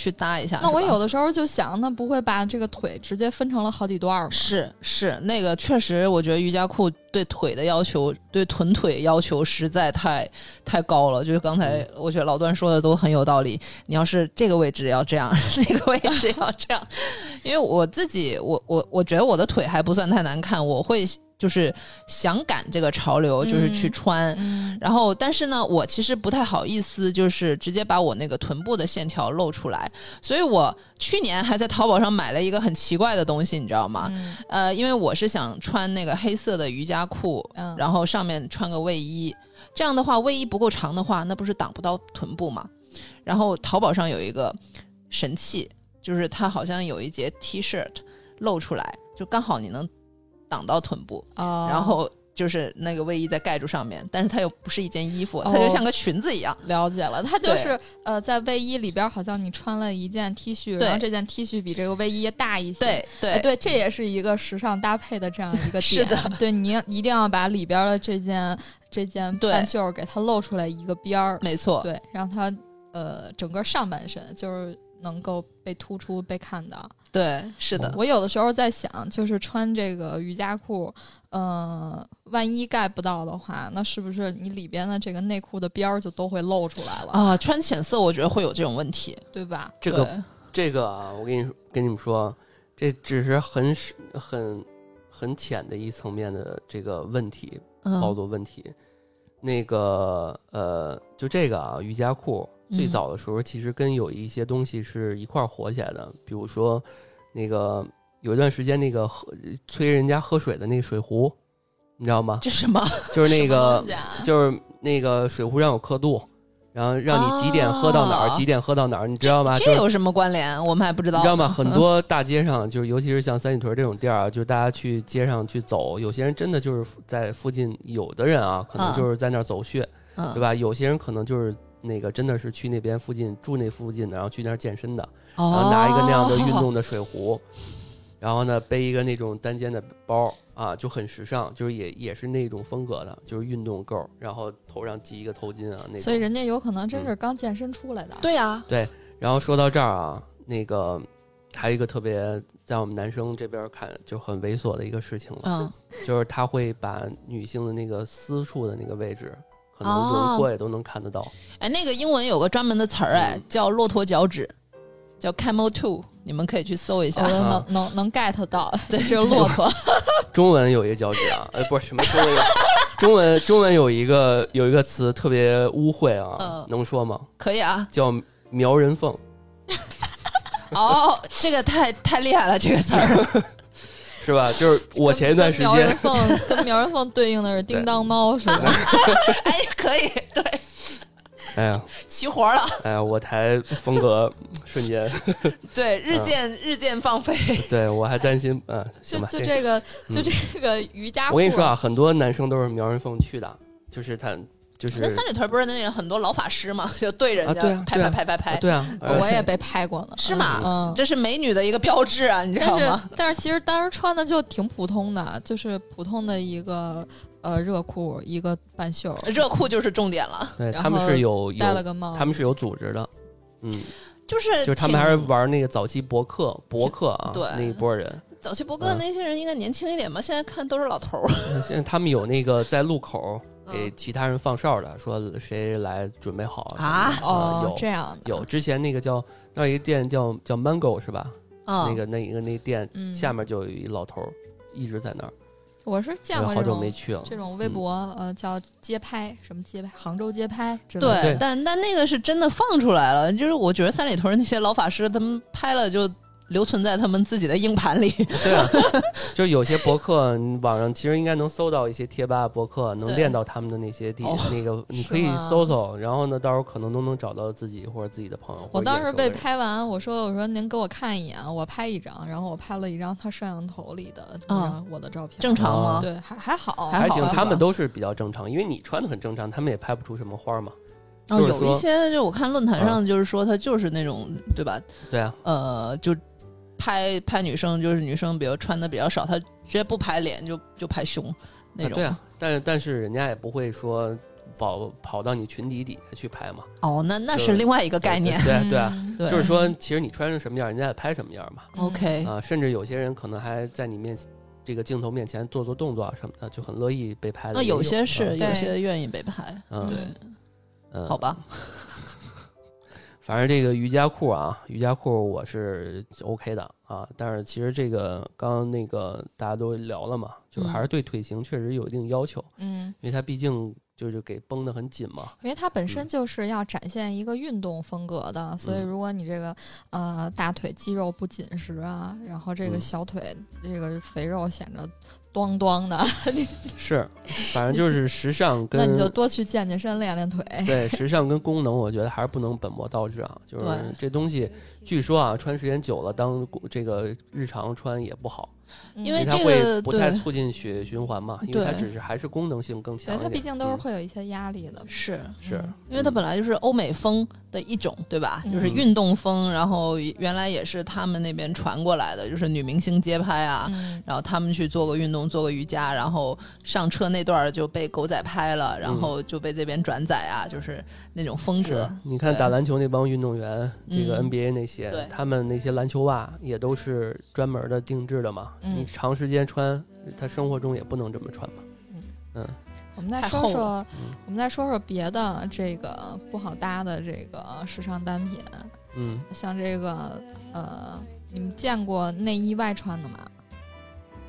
B: 去搭一下。
A: 那我
B: 是吧
A: 有的时候就想，那不会把这个腿直接分成了好几段儿吗？
B: 是是，那个确实，我觉得瑜伽裤对腿的要求，对臀腿要求实在太太高了。就是刚才我觉得老段说的都很有道理。你要是这个位置要这样， 那个位置要这样，因为我自己，我我我觉得我的腿还不算太难看，我会就是想赶这个潮流，就是去
A: 嗯
B: 穿。
A: 嗯，
B: 然后，但是呢，我其实不太好意思，就是直接把我那个臀部的线条露出来，所以我去年还在淘宝上买了一个很奇怪的东西，你知道吗？
A: 嗯
B: 呃，因为我是想穿那个黑色的瑜伽裤，
A: 嗯，
B: 然后上面穿个卫衣，这样的话，卫衣不够长的话，那不是挡不到臀部吗？然后淘宝上有一个神器，就是它好像有一截 T 恤露出来，就刚好你能挡到臀部，
A: 哦
B: 然后就是那个卫衣再盖住上面，但是它又不是一件衣服，
A: 哦
B: 它就像个裙子一样。
A: 了解了，它就
B: 对
A: 是呃，在卫衣里边儿好像你穿了一件 T 恤，
B: 对
A: 然后这件 T 恤比这个卫衣大一些。
B: 对对、
A: 哎对，这也是一个时尚搭配的这样一个点。
B: 是的，
A: 对你要一定要把里边儿的这件这件
B: 对
A: 半袖儿给它露出来一个边儿，
B: 没错。
A: 对，让它呃整个上半身就是能够被突出被看到。
B: 对，是的，
A: 我有的时候在想，就是穿这个瑜伽裤，呃，万一盖不到的话，那是不是你里边的这个内裤的边儿就都会露出来了，
B: 啊，穿浅色我觉得会有这种问题。
A: 对吧？
C: 哦这个
B: 对
C: 这个啊，我跟你跟你们说啊，这只是很是很很浅的一层面的这个问题，暴
B: 嗯
C: 露问题。那个呃，就这个啊，瑜伽裤最
B: 嗯
C: 早的时候其实跟有一些东西是一块儿火起来的，比如说那个有一段时间那个喝催人家喝水的那个水壶，你知道吗？
B: 这什么？
C: 就是
A: 什
C: 那
A: 么
C: 个
A: 东西啊
C: 就是那个水壶上有刻度，然后让你几点喝到哪儿，
B: 啊
C: 几点喝到哪儿，你知道吗？就
B: 这
C: 是
B: 有什么关联？我们还不知道
C: 你
B: 呢。
C: 知道吗？很多大街上，就是尤其是像三里屯这种店儿啊，就是大家去街上去走，有些人真的就是在附近，有的人啊，可能
B: 嗯
C: 就是在那儿走穴，
B: 嗯，
C: 对
B: 吧？
C: 吧？有些人可能就是那个真的是去那边附近住那附近的，然后去那儿健身的，
B: 哦
C: 然后拿一个那样的运动的水壶，然后呢背一个那种单肩的包啊，就很时尚，就是也也是那种风格的，就是运动够，然后头上系一个嗯头巾啊那种。
A: 所以人家有可能真是刚健身出来的。
B: 对啊 呀，
C: 然后说到这儿啊，那个还有一个特别在我们男生这边看就很猥琐的一个事情了，
B: 嗯，
C: 就是他会把女性的那个私处的那个位置，可能
B: 哦
C: 轮廓也都能看得到。
B: 哎，那个英文有个专门的词儿，哎
C: 嗯，
B: 叫骆驼脚趾，叫 camel toe，你们可以去搜一
A: 我
B: 下。
A: 能、
C: 啊
A: 能能 get 到，
B: 对
A: 这个骆驼，
C: 中文有一个脚趾啊，呃，不是什么中文有， 中文中文有一个有一个词特别污秽啊，
B: 嗯
C: 能说吗？
B: 可以啊。
C: 叫苗人凤，
B: 哦，这个太太厉害了，这个词 儿。
C: 是 吧？就是 我前一段时
A: 跟苗人
C: 间，
A: 凤 跟苗人凤对应的是叮当猫，是吧？
B: 哎，可以，对，
C: 哎呀，
B: 齐活了。
C: 哎呀，我台风格瞬间，
B: 对，日
C: 嗯
B: 渐、日渐放飞。
C: 对我还担心，啊，
A: 就
C: 行吧，
A: 就
C: 这
A: 这个
C: 嗯
A: 就这个瑜伽裤，
C: 我跟你说啊，很多男生都是瞄人缝去的，就是他就是
B: 那三里屯不是那有很多老法师嘛， 就对人
C: 啊
B: 家
C: 对啊
B: 拍
C: 对
B: 拍
C: 啊
B: 拍拍拍，
C: 啊对啊，而
A: 我也被拍过呢，
B: 是吗
A: 嗯，
B: 这是美女的一个标志啊，你知道
A: 但
B: 吗？
A: 是但是其实当时穿的就挺普通的，就是普通的一个呃热裤，一个半袖，
B: 热裤就是重点了，
C: 对
A: 然
C: 他们
A: 后
C: 是有有
A: 戴了个帽子。
C: 他们是有组织的，嗯，
B: 就是
C: 就是他们
B: 挺
C: 还是玩那个早期博客博客啊，
B: 对
C: 那一波人，
B: 早期博客
C: 嗯
B: 那些人应该年轻一点吧，现在看都是老头儿。
C: 现在他们有那个在路口给
B: 嗯
C: 其他人放哨的，说谁来准备好什么的
B: 啊
C: 啊
A: 哦
C: 有，
A: 这样的
C: 有之前那个叫那一个店叫叫 Mango 是吧？
B: 嗯
C: 那个那一个那店
A: 嗯
C: 下面就有一老头儿一直在那儿，
A: 我是见
C: 我
A: 过
C: 好
A: 这
C: 久没嗯
A: 种
C: 去了。
A: 这种微博，呃，叫街拍，什么街拍，杭州街拍之类
B: 对，
A: 的。
C: 对
B: 但但那个是真的放出来了，就是我觉得三里屯那些老法师他们拍了就留存在他们自己的硬盘里，
C: 对啊，就是有些博客，你网上其实应该能搜到一些贴吧博客，能
B: 对
C: 练到他们的那些地
B: 哦
C: 那个，你
A: 是
C: 可以
A: 吗
C: 搜搜，然后呢，到时候可能都能找到自己或者自己的朋友。
A: 我
C: 或者
A: 当时
C: 眼熟的
A: 被
C: 人
A: 拍完，我说：“我说您给我看一眼，我拍一张。”然后我拍了一张他摄像头里的那
B: 啊
A: 张我的照片，
B: 正常
C: 哦
B: 吗？
A: 对，还还好，嗯
B: 还
C: 还
B: 好
C: 行，
B: 吧
C: 他们都是比较正常，因为你穿的很正常，他们也拍不出什么花儿嘛。
B: 哦，
C: 就是
B: 有
C: 说嗯
B: 一些就我看论坛上就是说他就是那种对吧？
C: 对啊，
B: 呃，就拍拍女生，就是女生比如穿的比较少，他直接不拍脸就就拍胸那
C: 啊
B: 种。
C: 对啊，但但是人家也不会说跑跑到你裙底底下去拍嘛，
B: 哦，那那
C: 就是
B: 另外一个概 念。
C: 对对啊，
A: 嗯
B: 对
C: 就是说其实你穿成什么样，人家也拍什么样嘛。
B: OK，
C: 啊，甚至有些人可能还在你面这个镜头面前做做动作啊什么的，就很乐意被拍的
B: 那
C: 也。
B: 有些是
C: 嗯
A: 对
B: 有些愿意被拍，
C: 嗯
B: 对，
C: 嗯，
B: 好吧，
C: 反正这个瑜伽裤啊，瑜伽裤我是 OK 的啊，但是其实这个刚刚那个大家都聊了嘛，就是
B: 嗯
C: 还是对腿型确实有一定要求，
A: 嗯，
C: 因为它毕竟就是给绷得很紧 嘛。
A: 因为它本身就是要展现一个运动风格的，所以
C: 嗯
A: 如果你这个呃大腿肌肉不紧实啊，然后这个
C: 嗯
A: 小腿这个肥肉显着咣咣的，
C: 是，反正就是 时尚
A: 那
C: 跟
A: 你就多去健健身，练练腿。
C: 对时尚跟功能，我觉得还是不能本末倒置啊。就是
B: 对
C: 这东西，据说啊，穿时间久了，当这个日常穿也不好。
A: 嗯
B: 因为
C: 它
B: 这
C: 会
B: 个
C: 不太
B: 对
C: 促进血液循环嘛，因为它
B: 对
C: 只是还是功能性更
A: 对
C: 强一
A: 它
C: 点。
A: 毕竟都是
C: 嗯
A: 会有一些压力的，
B: 是
C: 是
A: 嗯
B: 因为它本来就是欧美风的一种，对吧？
A: 嗯
B: 就是运动风，然后原来也是他们那边传过来的，就是女明星街拍啊，
A: 嗯
B: 然后他们去做个运动，做个瑜伽，然后上车那段儿就被狗仔拍了，然
C: 嗯
B: 后就被这边转载啊，就是那种风格
C: 是。，你看
B: 对
C: 打篮球那帮运动员，这个
B: 嗯
C: NBA 那些
B: 对，
C: 他们那些篮球袜也都是专门的定制的嘛。
A: 嗯
C: 你长时间穿，他生活中也不能这么穿嘛。
A: 嗯我们再
B: 太
A: 说
B: 厚
A: 说
C: 嗯，
A: 我们再说说别的这个不好搭的这个时尚单品，
C: 嗯，
A: 像这个呃，你们见过内衣外穿的吗？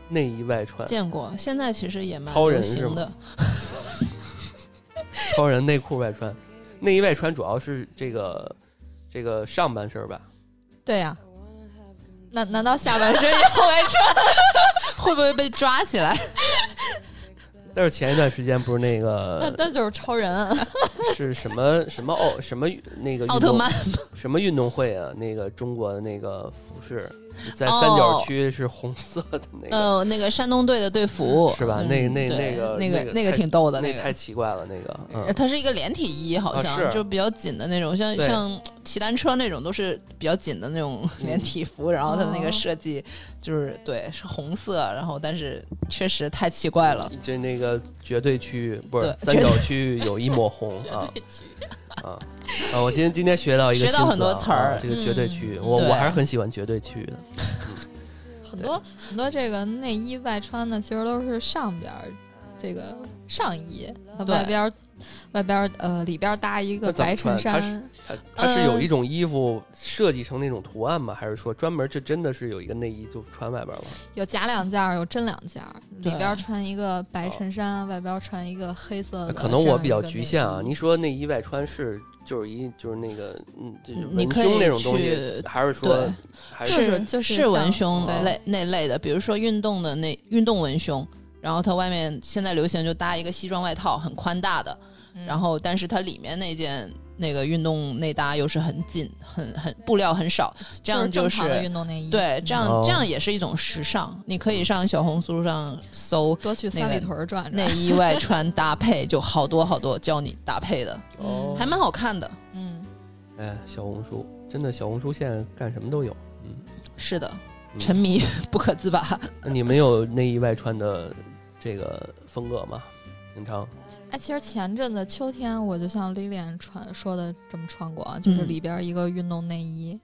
C: 内衣外穿，
B: 见过，现在其实也蛮
C: 超人
B: 流行的。
C: 超人内裤外穿，内衣外穿主要是这个这个上半身吧。
A: 对呀、难难道下半身也不会穿？
B: 会不会被抓起来？
C: 但是前一段时间不是那
A: 那
C: 个
A: 那就是超人，啊
C: 是什么什么奥什么那个运
B: 奥特
C: 动
B: 曼
C: 什么运动会啊？那个中国的那个服饰，在
B: 哦
C: 三角区是红色的那个，
B: 呃，那个山东队的队服
C: 是吧
B: 嗯
C: 那那
B: 对
C: 那个
B: 那
C: 那
B: 个
C: 个
B: 那个
C: 太
B: 挺逗的
C: 那
B: 那个
C: 太。奇怪了。那个，
B: 呃
C: 嗯，
B: 它是一个连体衣，好
C: 啊
B: 像、
C: 是
B: 就比较紧的那种，像
C: 对
B: 像骑单车那种都是比较紧的那种
C: 嗯
B: 连体服，然后它那
A: 哦
B: 个设计就是对是红色，然后但是确实太奇怪了。
C: 就那个绝对区域不是
B: 对
C: 三角区域有一 抹红啊啊啊！我今天今天学到一个
B: 学到
C: 新
B: 很多
C: 啊
B: 词儿
C: 啊这个绝对区域，
A: 嗯
C: 我
B: 对
C: 我还是很喜欢绝对区域的。
A: 很多很多这个内衣外穿的其实都是上边儿这个上衣，它
B: 对
A: 外边儿外边儿呃里边儿搭一
C: 那
A: 个
C: 怎么
A: 白衬
C: 穿它
A: 衫。
C: 它它是有
B: 呃
C: 一种衣服设计成那种图案吗？还是说专门就真的是有一个内衣就穿外边了？
A: 有假两件儿，有真两件儿，里
B: 对哦
A: 边儿穿一个白衬衫，外边儿穿一个黑色的。
C: 可能我比较
A: 呃这样一个
C: 局限啊
A: 内。衣
C: 你说内衣外穿是就是一就是那个嗯，就是
B: 你
C: 文
B: 可以
C: 胸那种东西
B: 去，
C: 还是说
B: 对
C: 还
A: 就是就是
B: 是文
A: 像
B: 胸
C: 对
B: 类那类的，比如说运动的那运动文胸，然后它外面现在流行就搭一个西装外套，很宽大的，
A: 嗯
B: 然后但是它里面那件那个运动内搭又是很紧，很很布料很少，这样
A: 就
B: 就是
A: 正常的运动内衣，
B: 对，这样、
C: 哦
B: 这样也是一种时尚。你可以上小红书上搜
A: 多去三里屯儿转转
B: 内，衣外穿搭配，就好多好多教你搭配的，
A: 哦
B: 还蛮好看的。
A: 嗯，
C: 哎，小红书真的，小红书现在干什么都有。嗯，
B: 是的，
C: 嗯
B: 沉迷不可自拔。
C: 那你们有内衣外穿的这个风格吗？平常
A: 哎，其实前阵子秋天，我就像 Lilian 穿说的这么穿过，啊，就是
B: 嗯
A: 里边儿一个运动内衣，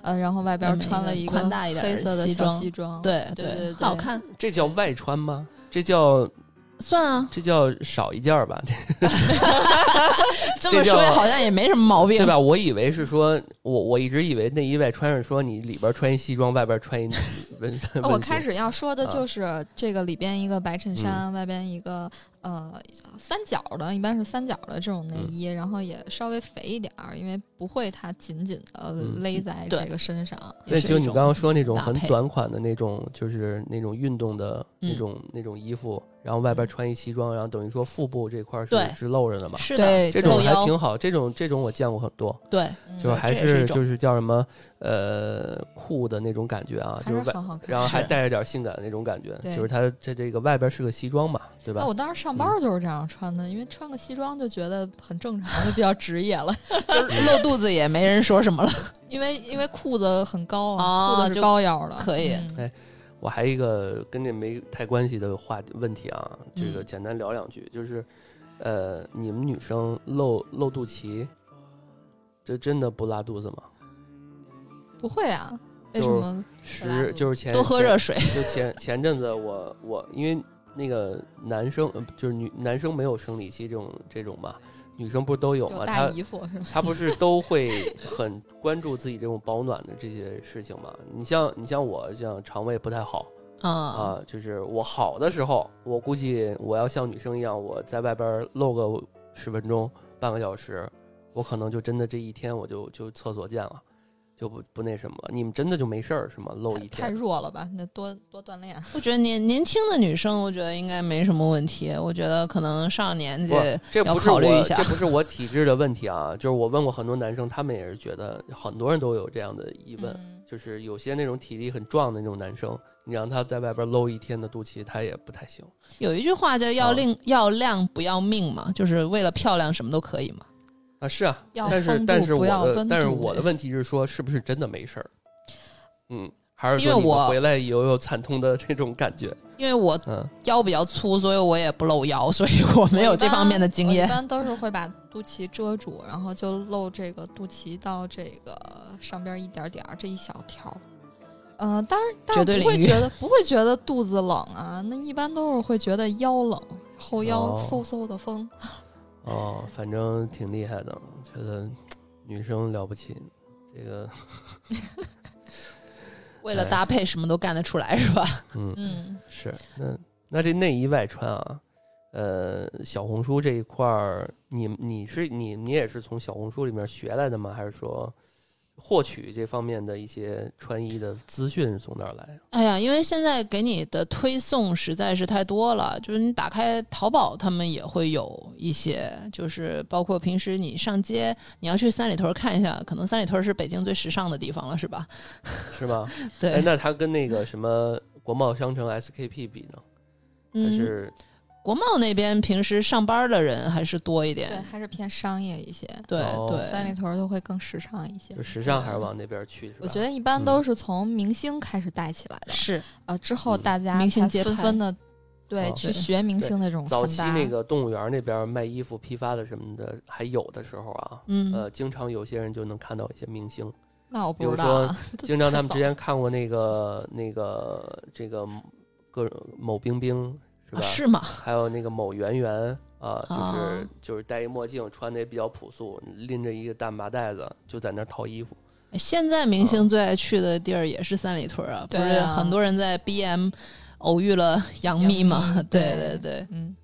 A: 呃，然后外边儿
B: 外面一
A: 穿
B: 个
A: 了一个
B: 宽大一点儿
A: 黑
B: 的
A: 色的
B: 西
A: 小
B: 装
A: 西装，
B: 对
A: 对对对
B: 很好看，
C: 这叫外穿吗？这叫
B: 算啊，
C: 这叫少一件儿吧，
B: 这
C: 这
B: 么
C: 叫
B: 说好像也没什么毛病
C: 对。吧？我以为是说，我我一直以为内衣外穿是说你里边穿一西装，外边穿一 文。文
A: 呃我
C: 胸
A: 开始要说的就是这个里边一个白衬衫，
C: 啊嗯
A: 外边一个呃三角的，一般是三角的这种内
C: 嗯
A: 衣，然后也稍微肥一点儿，因为不会它紧紧的
C: 嗯
A: 勒在
B: 对
A: 这个身上。
C: 对，
B: 也是
C: 就
B: 一
C: 你
B: 种
C: 刚刚说那种
B: 搭
C: 很
B: 配
C: 短款的那种，就是那种运动的那种、那种衣服，然后外边
B: 嗯
C: 穿一西装，然后等于说腹部这块儿是
B: 对
C: 是露着的嘛。
B: 是的，
A: 对，
C: 这
A: 对
C: 种
B: 露
C: 还
B: 腰
C: 挺好，这种这种我见过很多，
B: 对，
A: 嗯
C: 就是还
B: 这也是一
C: 是
B: 种
C: 就是叫什么呃酷的那种感觉啊，
A: 还
C: 就是是外，
A: 很好看。
C: 然后还
B: 是
C: 带着点性感的那种感觉，
A: 对
C: 就是它这这个外边是个西装嘛，对吧
A: 那？我当时上班
C: 嗯
A: 就是这样穿的，因为穿个西装就觉得很正常，就比较职业了。
B: 就是露肚子也没人说什么了。
A: 因为因为裤子很高
B: 哦
A: 啊，裤子是
B: 就
A: 高腰的，
B: 可以
A: 嗯
C: 哎我还一个跟这没太关系的话问题啊，这个
A: 嗯
C: 简单聊两句，就是，呃，你们女生露露肚脐，这真的不拉肚子吗？
A: 不会啊？为什
C: 就是
A: 么？拉肚
C: 十
A: 子
C: 就是前
B: 多喝热水，
C: 就前前阵子我我因为那个男生呃就是女男生没有生理期这种这种嘛，女生不是都有
A: 有
C: 吗？
A: 大
C: 她
A: 姨夫是吧？
C: 她不是都会很关注自己这种保暖的这些事情嘛？你像你像我这样肠胃不太好。
B: 啊，
C: 啊，就是我好的时候，我估计我要像女生一样，我在外边儿露个十分钟、半个小时，我可能就真的这一天我就就厕所见了，就不不那什么了。你们真的就没事儿是吗？露一
A: 太
C: 天，
A: 弱了吧？那多多锻炼。
B: 我觉得年年轻的女生，我觉得应该没什么问题。我觉得可能上年纪
C: 不是这
B: 要
C: 不是我
B: 考虑一下
C: 这不是我体质的问题啊，就是我问过很多男生，他们也是觉得很多人都有这样的疑问，
A: 嗯
C: 就是有些那种体力很壮的那种男生，你让他在外边儿露一天的肚脐，他也不太行。
B: 有一句话叫“要
A: 啊
B: 令要量不要命”嘛，就是为了漂亮什么都可以嘛。
C: 啊，是啊，
A: 要
C: 但是
A: 风
C: 但
A: 度
C: 是
A: 不
C: 我
A: 要
C: 的
A: 温
C: 但是
A: 度
C: 我的
A: 对
C: 问题是说，是不是真的没事儿？嗯，还是
B: 因
C: 说
B: 为
C: 你们
B: 我
C: 回来有有惨痛的这种感觉？
B: 因为我
C: 嗯，
B: 腰比较粗，所以我也不露腰，所以我没有这方面的经
A: 我一
B: 验。
A: 般都是会把肚脐遮住，然后就露这个肚脐到这个上边一点点儿这一小条。呃，当然，当
B: 绝
A: 然
B: 对
A: 不会
B: 领域
A: 觉得不会觉得肚子冷啊，那一般都是会觉得腰冷，后腰
C: 哦
A: 嗖嗖的风。
C: 哦，反正挺厉害的，觉得女生了不起。这个，
B: 为了搭配，什么都干得出来，是吧？
C: 嗯，
A: 嗯，
C: 是那那这内衣外穿啊，呃，小红书这一块儿，你你是你你也是从小红书里面学来的吗？还是说获取这方面的一些穿衣的资讯是从哪儿来啊？
B: 哎呀，因为现在给你的推送实在是太多了，就是你打开淘宝，他们也会有一些，就是包括平时你上街，你要去三里屯看一下，可能三里屯是北京最时尚的地方了， 是吧？
C: 是吗？
B: 对，
C: 哎，那它跟那个什么国贸商城 SKP 比呢？还
B: 嗯，
C: 是
B: 国贸那边平时上班的人还是多一
A: 对，
B: 点，
A: 还是偏商业一些，
B: 对
C: 哦
B: 对，
A: 三里屯儿就会更时尚一些
C: 就。时尚还嗯是往那边去？是吧？
A: 我觉得一般都是从明星开始带起来的，
B: 是
A: 呃，之后
C: 嗯
A: 大家
B: 明星
A: 才
B: 街
A: 纷
B: 拍
A: 纷的对
C: 哦
A: 去
B: 对
A: 学明星的这种
C: 早
A: 穿
C: 期
A: 搭。
C: 那个动物园那边卖衣服批发的什么的还有的时候啊，
B: 嗯，
C: 呃，经常有些人就能看到一些明星，
A: 那我
C: 比
A: 不
C: 如
A: 知道
C: 说
A: 啊，
C: 经常他们
A: 太
C: 之前看过那个那个这个各种某冰冰是吧？
B: 啊是吗？
C: 还有那个某圆圆啊，就是
B: 哦
C: 就是戴一墨镜，穿的也比较朴素，拎着一个大麻袋子就在那儿套衣服。
B: 现在明星最爱去的地儿也是三里屯啊，不
A: 对
B: 是
A: 啊
B: 很多人在 BM 偶遇了杨幂
A: 杨
B: 吗
A: 幂？
B: 对
A: 对
B: 对对，
A: 嗯，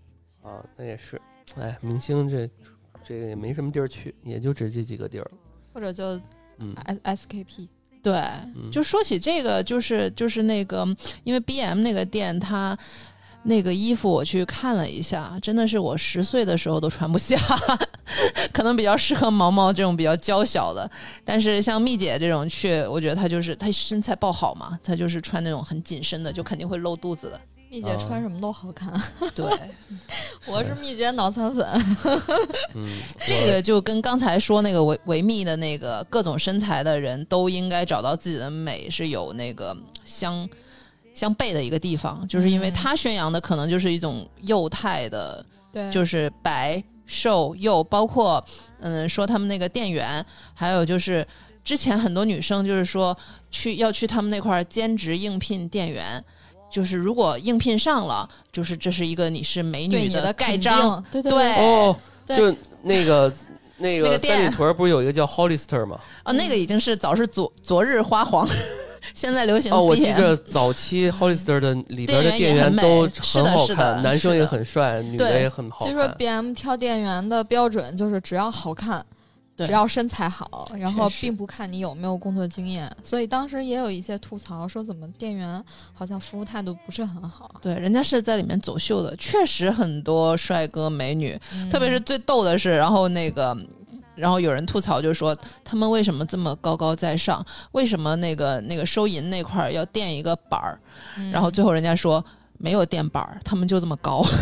C: 啊，那也是，哎，明星这这个也没什么地儿去，也就只这几个地儿了。
A: 或者就
C: 嗯
B: 哎
A: S S K P，
B: 对，
C: 嗯
B: 就说起这个，就是就是那个，因为 B M 那个店它。那个衣服我去看了一下，真的是我十岁的时候都穿不下， 可能比较适合毛毛这种比较娇小的。但是像蜜姐这种去，我觉得她就是她身材爆好嘛，她就是穿那种很紧身的，就肯定会露肚 子的。
A: 蜜姐
C: 啊
A: 穿什么都好看，
B: 对，
A: 我是蜜姐脑残粉。
C: 嗯，
B: 这个就跟刚才说那个维维密的那个各种身材的人都应该找到自己的美是有那个相相悖的一个地方，就是因为
A: 嗯
B: 他宣扬的可能就是一种幼态的。
A: 对，
B: 就是白瘦幼，包括嗯说他们那个店员，还有就是之前很多女生就是说去要去他们那块儿兼职应聘店员。就是如果应聘上了，就是这是一个你是美
A: 对
B: 女
A: 你的
B: 盖
A: 肯
B: 章，
A: 定，对
B: 对
A: 对，
C: 哦，
B: 对
C: 就那个那
B: 那个
C: 个
B: 店
C: 三里屯儿不是有一个叫 Hollister 吗？
B: 哦，那个已经是早是昨昨日花黄，现在流行
C: 哦，我记
B: BM
C: 着早期 Hollister 的里边的
B: 店
C: 店
B: 员也很
C: 员
B: 美
C: 都
B: 是的
C: 很好
B: 是的
C: 看，男生
B: 是
C: 也
B: 的
C: 很帅，女的
B: 对
C: 也很好
A: 其实说
C: 看。
A: B M 挑店员的标准就是只要好看，
B: 对
A: 只要身材好，然
B: 确
A: 后
B: 实
A: 并不看你有没有工作经验。所以当时也有一些吐槽说，怎么店员好像服务态度不是很好，
B: 对，人家是在里面走秀的，确实很多帅哥美女，
A: 嗯
B: 特别是最逗的是，然后那个，然后有人吐槽，就说他们为什么这么高高在上？为什么那个那个收银那块儿要垫一个板儿？
A: 嗯
B: 然后最后人家说没有垫板儿，他们就这么高。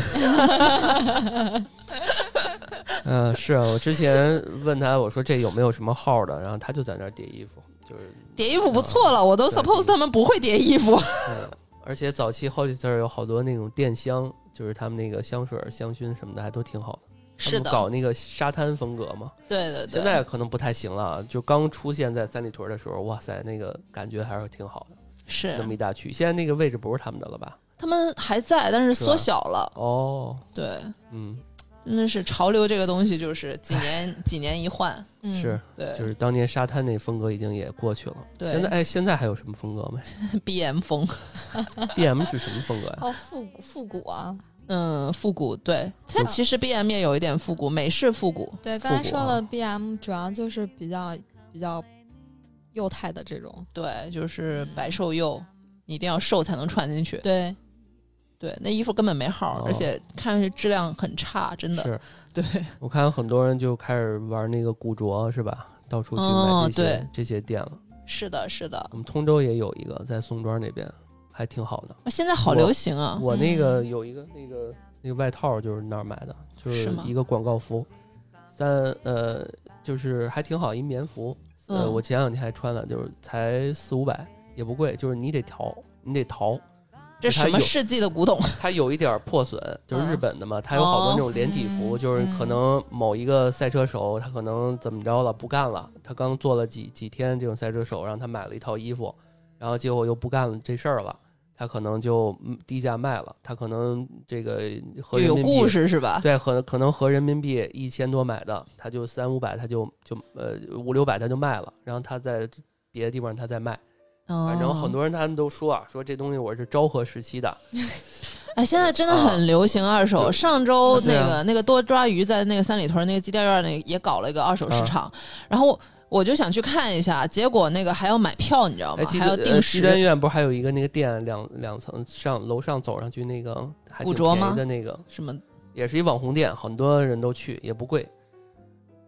C: 嗯、是啊，我之前问他，我说这有没有什么号的，然后他就在那儿叠衣服，就是，
B: 叠衣服不错了，我都
C: 对
B: suppose 他们不会叠衣服。
C: 嗯，而且早期 Hollister 有好多那种电香，就是他们那个香水儿、香薰什么的，还都挺好的。他
B: 是
C: 们
B: 的，
C: 搞那个沙滩风格嘛，
B: 对对对。
C: 现在可能不太行了啊。就刚出现在三里屯的时候，哇塞，那个感觉还是挺好的，那
B: 是
C: 么一大区。现在那个位置不是他们的了吧？
B: 他们还在，但是
C: 是
B: 缩
C: 吧
B: 小了。
C: 哦，
B: 对，
C: 嗯，
B: 真的是潮流这个东西，就是几 年几年一换。
A: 嗯
C: 是，
B: 对，
C: 就是当年沙滩那风格已经也过去了。
B: 对
C: 现在哎，现在还有什么 风格没
B: BM 风，
C: ？B M 是什么风格呀、
A: 还有复古复古啊，
B: 嗯，复古。对，它
A: 嗯
B: 其实 BM 也有一点复古，美式复古。
A: 对，
C: 复
A: 刚才
C: 古
A: 说
C: 啊
A: 了 B M 主要就是比较比较幼态的这种，
B: 对，就是白瘦幼，你一定要瘦才能穿进去。
A: 对，
B: 对，那衣服根本没号儿，
C: 哦
B: 而且看上去质量很差， 真的。
C: 是
B: 对，
C: 我看很多人就开始玩那个古着是吧？到处去
B: 哦
C: 买这些、
B: 对
C: 这些店了。
B: 是的，是的。啊
C: 我们通州也有一个，在宋庄那边还挺好的。
B: 现在好
C: 我
B: 流行啊！
C: 我那个有一个那个那个外套就是那儿买的，就是
B: 是吗
C: 一个广告服，三呃就是还挺好，一棉服。呃，
B: 嗯
C: 我前两天还穿了，就是才四五百，也不贵，就是你得淘，你得淘。
B: 这什
C: 它
B: 么
C: 有
B: 世纪的古董？
C: 它有一点儿破损，就是日
B: 嗯
C: 本的嘛，它有好多那种连体
A: 哦
C: 服，就是可
A: 嗯
C: 能某一个赛车手他可能怎么着了不干了，他刚做了几几天这种赛车手，然后他买了一套衣服，然后结果又不干了这事儿了，他可能就嗯低价卖了，他可能这个合
B: 就
C: 人
B: 有
C: 民
B: 故
C: 币。
B: 事是吧？
C: 对，可能可能合人民币一千多买的，他就三五百，他就就呃五六百他就卖了，然后他在别的地方他再卖，
B: 反
C: 反正很。多人他们都说啊，说这东西我是昭和时期的，
B: 哎，现在真的
C: 啊
B: 很流行二手。
C: 就
B: 上周那
C: 对啊
B: 个、那个多抓鱼在那个三里屯那个鸡店院那个也搞了一个二手市
C: 啊
B: 场，然后我我就想去看一下，结果那个还要买票，你知道吗
C: 哎，？鸡
B: 还要
C: 呃
B: 定
C: 西
B: 时。
C: 单院不是还有一个那个店，两两层上楼上走上去那个还
B: 古
C: 挺
B: 着
C: 便
B: 吗
C: 宜的那个，
B: 什么？
C: 也是一网红店，很多人都去，也不贵，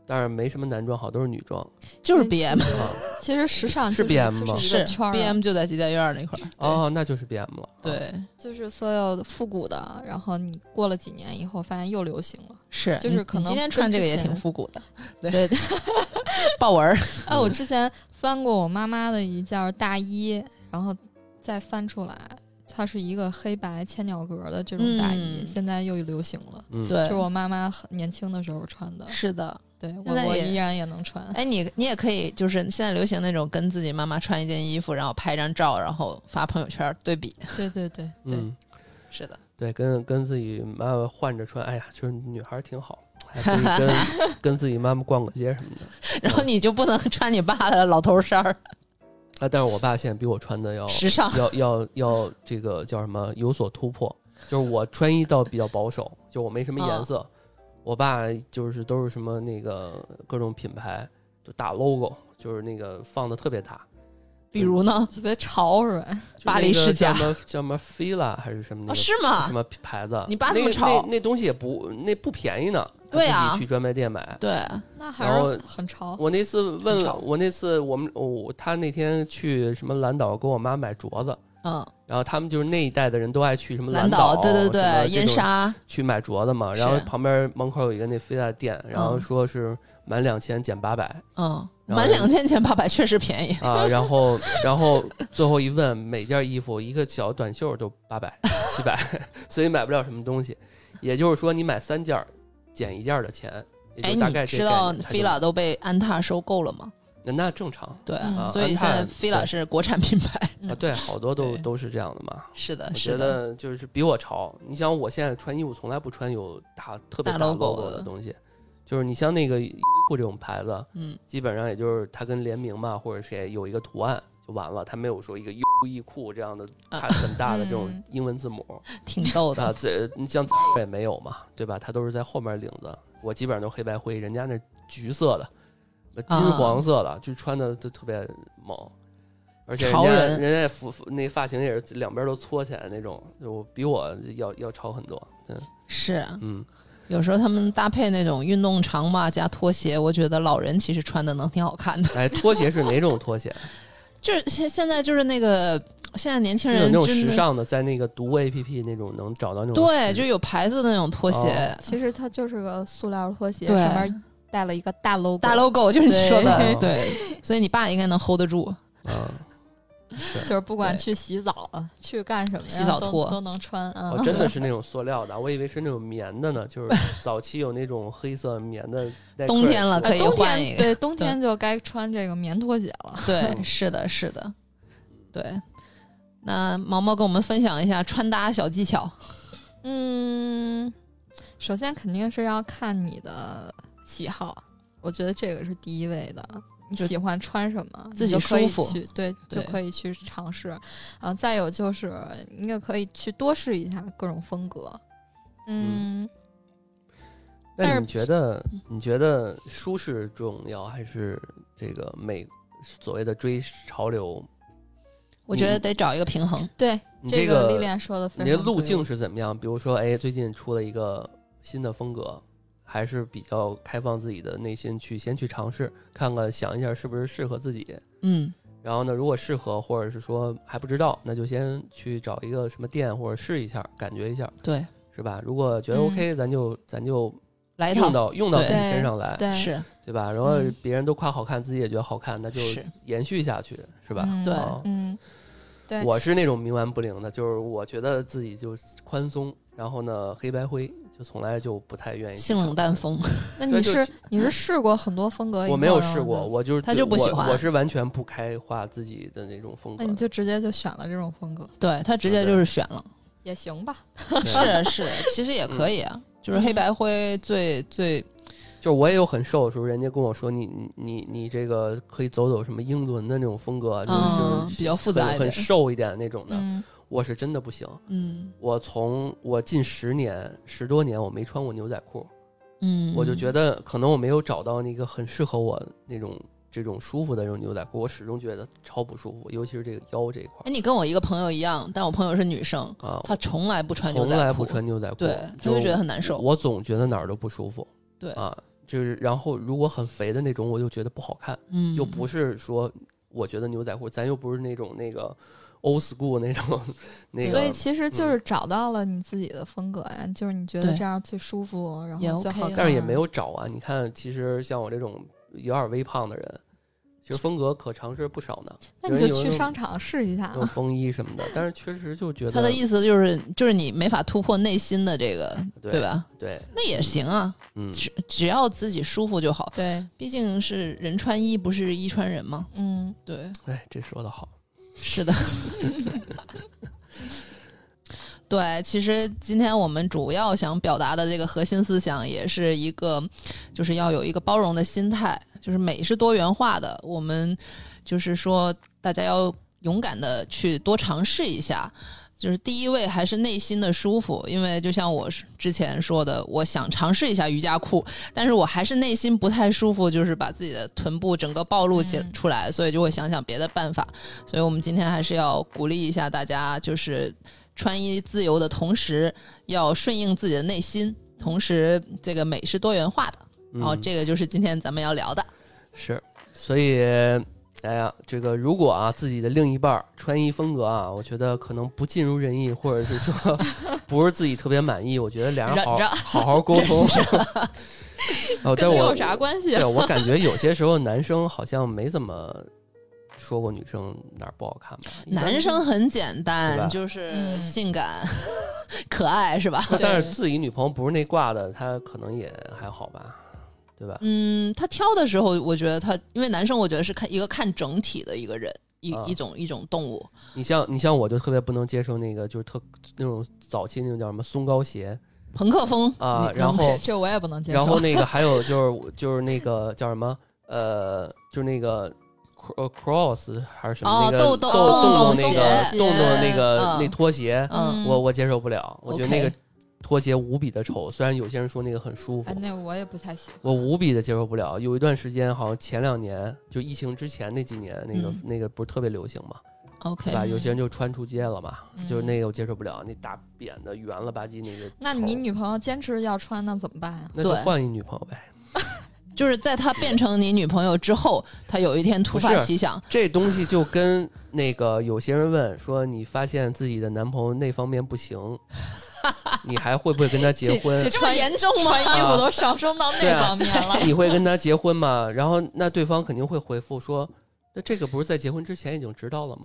C: 但是没什么男装，好都是女 装
B: 就是
A: 嗯
B: BM
C: 啊。
A: 其实时尚
C: 是
A: 就是
C: BM
A: 就是
C: 吗
A: 一
B: 是
A: 个圈儿啊
B: BM 就在鸡店院那块儿。对
C: 哦，那就是 B M 了。啊，
B: 对，
A: 就是所有复古的，然后你过了几年以后，发现又流行了。
B: 是，
A: 就
B: 你
A: 是可
B: 你今
A: 能
B: 天穿
A: 跟
B: 这个
A: 之
B: 也挺
A: 前
B: 复古的，
A: 对，
B: 豹纹儿。
A: 哎，
C: 嗯
A: 我之前翻过我妈妈的一件大衣，然后再翻出来，它是一个黑白千鸟格的这种大衣，
B: 嗯
A: 现在又流行了。
C: 嗯，
B: 对
A: 是，我妈妈很年轻的时候穿的，
B: 是的。
A: 对我
B: 现在
A: 我
B: 也
A: 依然也能穿。
B: 哎，你你也可以，就是现在流行那种跟自己妈妈穿一件衣服，然后拍张照，然后发朋友圈儿对比。
A: 对对对对，
C: 嗯，
B: 是的，
C: 对，跟跟自己妈妈换着穿，哎呀，就是女孩儿挺好，还可 以跟跟自己妈妈逛个街什么的。
B: 然后你就不能穿你爸的老头衫儿，
C: 啊，但是我爸现在比我穿的要
B: 时尚。
C: 要要要这个叫什么有所突破，就是我穿衣倒比较保守，就我没什么
B: 嗯
C: 颜色。我爸就是都是什么那个各种品牌，就大 logo，就是那个放的特别大，
B: 比如呢？
A: 特别潮是吧？
C: 就
B: 巴
C: 那
B: 黎
C: 个
B: 世
C: 叫
B: 家
C: 什么叫什么菲拉还是什么那
B: 啊，
C: 个
B: 是吗
C: 什？么牌子？
B: 你爸那
C: 那
B: 么
C: 个
B: 潮
C: 那那东西也不那不便宜呢。他
B: 对
C: 自己
B: 啊
C: 去专卖店买。
B: 对，
A: 那还
C: 然后
A: 是很潮。
C: 我那次问
B: 很潮
C: 我那次我们我他那天去什么蓝岛给我妈买镯子，
B: 嗯，
C: 然后他们就是那一代的人都爱去什么
B: 蓝
C: 岛，
B: 对对
C: 什么
B: 对，
C: 这
B: 燕
C: 种
B: 莎，
C: 去买镯子嘛。然后
B: 是
C: 旁边门口有一个那菲拉店，然后
B: 嗯
C: 说是满两千减八百
B: 嗯，
C: 然后
B: 满两千减八百确实便宜，
C: 啊，然后然后最后一问，每件衣服一个小短袖都八百七百， 所以买不了什么东西。也就是说，你买三件儿减一件儿的钱，也
B: 哎，
C: 就大概
B: 你
C: 这
B: 知道
C: 概念它就
B: fila 都被安踏收购了吗？
C: 那那正常
B: 对，
A: 嗯
B: 所以现
C: 啊安
B: 在
C: 踏
B: fila
C: 对
B: 是国产品牌。
C: 啊，对，好多都
B: 嗯对
C: 都是这样的嘛。
B: 是的，
C: 我
B: 是
C: 觉
B: 的，
C: 得就是比我潮。你想，我现在穿衣服从来不穿有大特别
B: 大
C: 大
B: logo
C: logo
B: 的
C: 的东西，就是你像那个优衣库这种牌子，
B: 嗯，
C: 基本上也就是它跟联名嘛，或者谁有一个图案就完了，它没有说一个优衣库这样的
B: 啊
C: 它很大的这种
A: 嗯
C: 英文 字母。
B: 挺逗
C: 啊，
B: 的。
C: 这你像 Zara 也没有嘛，对吧？它都是在后面领子，我基本上都黑白灰，人家那橘色的、呃金
B: 啊
C: 黄色的，就穿的就特别猛，而且人
B: 潮
C: 家
B: 人
C: 人家服服那发型也是两边都搓起来那种，就比我要要潮很多。嗯
B: 是，
C: 嗯，
B: 有时候他们搭配那种运动长袜加拖鞋，我觉得老人其实穿的能挺好看的。
C: 哎，拖鞋是哪种拖 鞋？
B: 就是现现在就是那个现在年轻
C: 就是有
B: 人
C: 那种
B: 真
C: 时
B: 的
C: 尚的，在那个读物 A P P 那种能找到那种
B: 对，
C: 时
B: 就有牌子的那种拖鞋
C: 哦，
A: 其实它就是个塑料拖鞋，
B: 对
A: 上面带了一个大 logo。
B: 大 logo 就是你说的，
C: 对
B: 对， 所以你爸应该能 hold 得住。
C: 啊，
A: 就是不管
B: 对
A: 去洗澡啊，去干什么呀，
B: 洗澡
A: 都
B: 拖
A: 都能穿啊。
C: 哦，真的是那种塑料的，我以为是那种棉的呢。就是 早期有那种黑色棉的耐克也出来，
B: 冬天了
A: 哎
B: 可以
A: 冬天
B: 换一个
A: 对，冬天就该穿这个棉拖鞋了。
B: 对，
C: 嗯
B: 是的，是的，对。那毛毛跟我们分享一下穿搭小技巧，
A: 嗯，首先肯定是要看你的喜好，我觉得这个是第一位的。你
B: 就
A: 喜欢穿什么，
B: 自己
A: 你就可以
B: 舒服
A: 去对，
B: 对
A: 就可以去尝试。啊、再有就是你也可以去多试一下各种风格。嗯，但
C: 那
A: 是嗯
C: 你觉得你觉得舒适重要还是这个美所谓的追潮流？
B: 我觉得
C: 嗯
B: 得找一个平衡。
A: 对，
C: 你
A: 这
C: 个
A: 历练说的非
C: 你
A: 常
C: 这路
A: 对
C: 径是怎么样？比如说，哎，最近出了一个新的风格，还是比较开放自己的内心去先去尝试，看看想一下是不是适合自己。
B: 嗯，
C: 然后呢，如果适合或者是说还不知道，那就先去找一个什么店或者试一下，感觉一下，
B: 对，
C: 是吧？如果觉得
A: 嗯
C: OK，、咱就咱就
B: 来一套
C: 用到用到自己
A: 对
C: 身上来，
A: 对
B: 是
C: 对吧？然后
A: 嗯
C: 别人都夸好看，自己也觉得好看，那就是延续下去，是吧？
A: 嗯
B: 对
C: 啊
A: 嗯，对
C: 我是那种冥顽不灵的，就是我觉得自己就宽松，然后呢黑白灰，就从来就不太愿意去
B: 性冷淡风，
A: 那
C: 所
A: 你
C: 以就是
A: 你是试过很多风格以后，
C: 尝试。我没有
A: 然后
C: 试
A: 就
C: 过，，我就是
B: 啊他就不喜欢
C: 我，我是完全不开化自己的那种风格
A: 那。你就直接就选了这种风格
B: 对他直接就是选了，
A: 也行吧？
C: 对嗯
B: 是是，其实也可以啊，就是黑白灰最最
C: 就是我也有很瘦的时候，人家跟我说你你你你这个可以走走什么英伦的那种风格，就是、
B: 嗯
C: 就是
B: 比较复杂
C: 很
B: 一点
C: 很瘦一点那种的，
A: 嗯，
C: 我是真的不行。
B: 嗯
C: 我从我近十年十多年我没穿过牛仔裤，
B: 嗯，
C: 我就觉得可能我没有找到那个很适合我那种这种舒服的那种牛仔裤，我始终觉得超不舒服，尤其是这个腰这一
B: 哎，
C: 块
B: 你跟我一个朋友一样，但我朋友是女生，
C: 儿啊，
B: 她从来哎不穿牛
C: 从
B: 仔裤，
C: 来不穿牛仔裤，
B: 对，她就觉得很难受。
C: 我总觉得哪儿都不舒服
B: 对，
C: 啊，就是然后如果很肥的那种，我又觉得不好看，
B: 嗯，
C: 又不是说我觉得牛仔裤，咱又不是那种那个 old school 那种那
A: 所以
C: 个。嗯
A: 其实就是找到了你自己的风格呀，就是你觉
B: 对
A: 得这样最舒服，然
B: 也
A: 后最
B: OK
A: 好看，
B: 的
C: 但是也没有找啊，你看，其实像我这种有点微胖的人，其实风格可尝试不少呢。
A: 那你就
C: 有人
A: 去
C: 有
A: 商场试一下
C: 那，种风衣什么的，但是确实就觉得
B: 她啊的意思就是就是你没法突破内心的这个，
C: 对
B: 对吧？
C: 对，
B: 那也行啊，
C: 嗯，
B: 只只要自己舒服就好。
A: 对，
B: 毕竟是人穿衣，不是衣穿人嘛。
A: 嗯，
B: 对，
C: 哎，这说的好，
B: 是的。 对，其实今天我们主要想表达的这个核心思想，也是一个，就是要有一个包容的心态，就是美是多元化的，我们就是说大家要勇敢的去多尝试一下。就是第一位还是内心的舒服，因为就像我是之前说的，我想尝试一下瑜伽裤，但是我还是内心不太舒服，就是把自己的臀部整个暴露起
A: 嗯
B: 出来，所以就会想想别的办法。所以我们今天还是要鼓励一下大家，就是穿衣自由的同时，要顺应自己的内心，同时这个美是多元化的。
C: 嗯、
B: 然后这个就是今天咱们要聊的。
C: 是，所以，哎呀，这个如果啊自己的另一半儿穿衣风格啊，我觉得可能不尽如人意，或者 是说不是自己特别满意，我觉得俩人
B: 忍
C: 好
B: 着
C: 好好沟通。 哦，但
A: 跟这
C: 我
A: 有啥关系？啊
C: 对我感觉有些时候男生好像没怎么说过女生哪儿不好看吧？一般
B: 男生很简
C: 是吧
B: 单，就是
A: 嗯
B: 性感、可爱，是 吧？
C: 那但是
A: 对
C: 自己女朋友不是那挂的，他可能也还好吧，对吧？
B: 嗯，他挑的时候，我觉得他，因为男生我觉得是看一个看整体的一个人，一、
C: 啊
B: 一种一种动物。
C: 你像你像我就特别不能接受那个就是特那种早期那种叫什么松糕鞋
B: 朋克风
C: 啊，
B: 你
C: 然
B: 能
C: 后
A: 这这我 也不能接受。
C: 然 后那个还有就是我就是那个叫什么呃，就是那个 cro- 呃 cross 还是什么
B: 哦
C: 那个
B: 豆
C: 豆
B: 豆
A: 洞
C: 洞
A: 洞
C: 那
A: 鞋
C: 个洞洞的那个
B: 嗯
C: 那拖鞋，
B: 嗯
C: 我我接受不了，我觉得那个
B: OK
C: 拖鞋无比的丑。虽然有些人说那个很舒服
A: 哎，，那我也不太喜欢。
C: 我无比的接受不了。有一段时间，好像前两年就疫情之前那几年，那个
B: 嗯
C: 那个不是特别流行嘛，
B: ，OK，
C: 对吧？
A: 嗯
C: 有些人就穿出街了嘛，就是
A: 嗯
C: 那个我接受不了，那大扁的圆了吧唧那个头。
A: 那你女朋友坚持要穿，那怎么办啊呀？
C: 那就
B: 对
C: 换一女朋友呗。
B: 就是在他变成你女朋友之后，他有一天突发
C: 不是
B: 奇想，
C: 这东西就跟那个有些人问说，你发现自己的男朋友那方面 不行，你还会不会跟他结婚
A: 这？这么
B: 穿
A: 严重吗？穿衣服都上升到
C: 对
A: 那
C: 啊
A: 方面了。
C: 你会跟他结婚吗？然后那对方肯定会回复说，那这个不是在结婚之前已经知道了吗？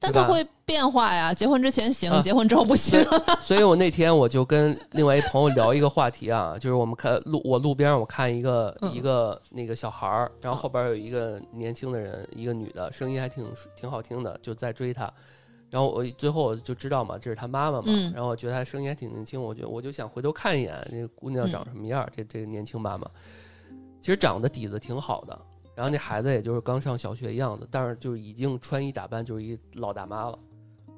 B: 但
C: 对
B: 他
C: 吧
B: 会变化呀。结婚之前行，
C: 啊
B: 结婚之后不行。
C: 所以我那天我就跟另外一朋友聊一个话题啊， 就是我们看路，我路边上我看一个、
B: 嗯
C: 一个那个小孩儿，然后后边有一个年轻的人，一个女的，声音还挺挺好听的，就在追他。然后我最后我就知道嘛，这是他妈妈嘛。
B: 嗯
C: 然后我觉得她声音还挺年轻，我就我就想回头看一眼这个姑娘长什么样
B: 嗯
C: 儿，这这个年轻妈妈，其实长得底子挺好的。然后那孩子也就是刚上小学样子，但是就已经穿衣打扮就是一老大妈了。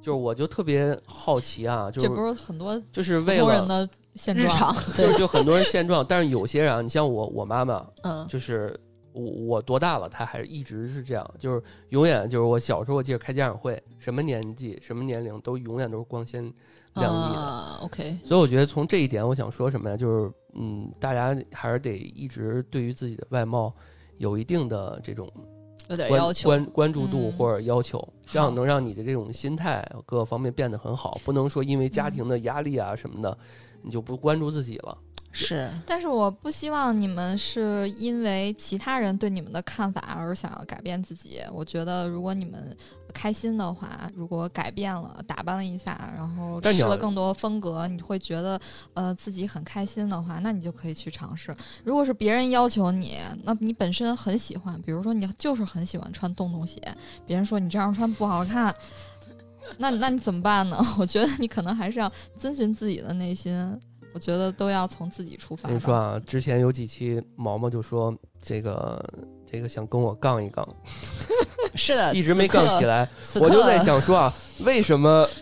C: 就是我就特别好奇啊，就是
A: 这不是很多
C: 就是为
A: 工人
C: 了
A: 的现
B: 日
A: 状。
B: 常
C: 就是就很多人现状，但是有些人啊，你像我我妈妈，
B: 嗯，
C: 就是我我多大了，她还一直是这样，就是永远就是我小时候我记得开家长会，什么年纪什么年龄都永远都是光鲜亮丽的。
B: 啊，OK，
C: 所以我觉得从这一点，我想说什么呀？就是嗯，大家还是得一直对于自己的外貌有一定的这种
B: 有点
C: 关
B: 要求。
C: 关关注度
A: 嗯
C: 或者要求，这样
B: 好
C: 能让你的这种心态各个方面变得很好，不能说因为家庭的压力啊什么的，你就不关注自己了。
B: 是，
A: 但是我不希望你们是因为其他人对你们的看法而想要改变自己。我觉得如果你们开心的话，如果改变了、打扮了一下，然后
C: 但你
A: 吃
C: 要
A: 了更多风格，你会觉得呃自己很开心的话，那你就可以去尝试。如果是别人要求你，那你本身很喜欢，比如说你就是很喜欢穿洞洞鞋，别人说你这样穿不好看。那那你怎么办呢？ 我觉得你可能还是要遵循自己的内心，我觉得都要从自己出发
C: 跟
A: 吧。
C: 你说啊，之前有几期毛毛就说这个这个想跟我杠一杠，
B: 是的，
C: 一直没杠起来，
B: 呃此刻。
C: 我
B: 此
C: 就
B: 刻
C: 在想说啊，为什么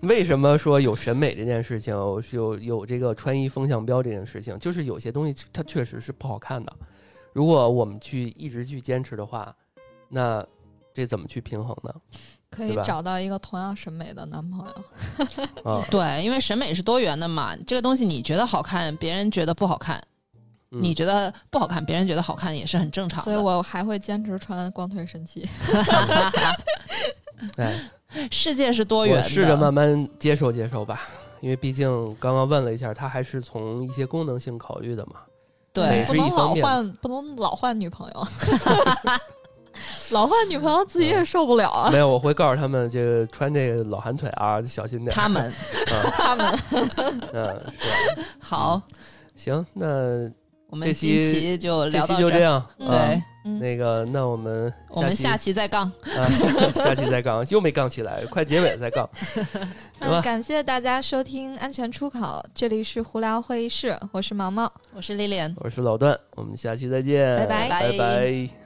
C: 为什么说有审美这件事情，有有有这个穿衣风向标这件事情，就是有些东西它确实是不好看的。如果我们去一直去坚持的话，那这怎么去平衡呢？
A: 可
C: 对
A: 以
C: 吧
A: 找到一个同样审美的男朋友。
C: 啊，
B: 对，因为审美是多元的嘛，这个东西你觉得好看，别人觉得不好看，
C: 嗯
B: 你觉得不好看，别人觉得好看也是很正常的。
A: 所以我还会坚持穿光腿神器。
C: 哎，
B: 世界是多
C: 我
B: 元的，
C: 试着慢慢接受接受吧，因为毕竟刚刚问了一下，他还是从一些功能性考虑的嘛。
B: 对
C: 美是
A: 不能
C: 一方
A: 老
C: 面
A: 换，不能老换女朋友， 老换女朋友自己也受不了啊。
C: 嗯没有，我会告诉他们，这个穿这个老寒腿啊，小心点儿。
B: 他们
A: 他们
C: 嗯，是吧
B: 好。
C: 行，那
B: 我们
C: 这
B: 近
C: 期
B: 期就
C: 这
B: 聊
C: 期
B: 到
C: 就
B: 这
C: 这
B: 儿，
C: 样。
A: 嗯
C: 啊
B: 对，
A: 嗯，
C: 那个，那我们
B: 我们
C: 下
B: 下
C: 期
B: 期再杠。
C: 啊，下期再杠，又没杠起来，快结尾再杠。行吧
A: 那嗯感谢大家收听《安全出口》，这里是胡聊会议室，我是毛毛。
B: 我是丽莲。
C: 我是老段，我们下期再见，
A: 拜拜
C: 拜拜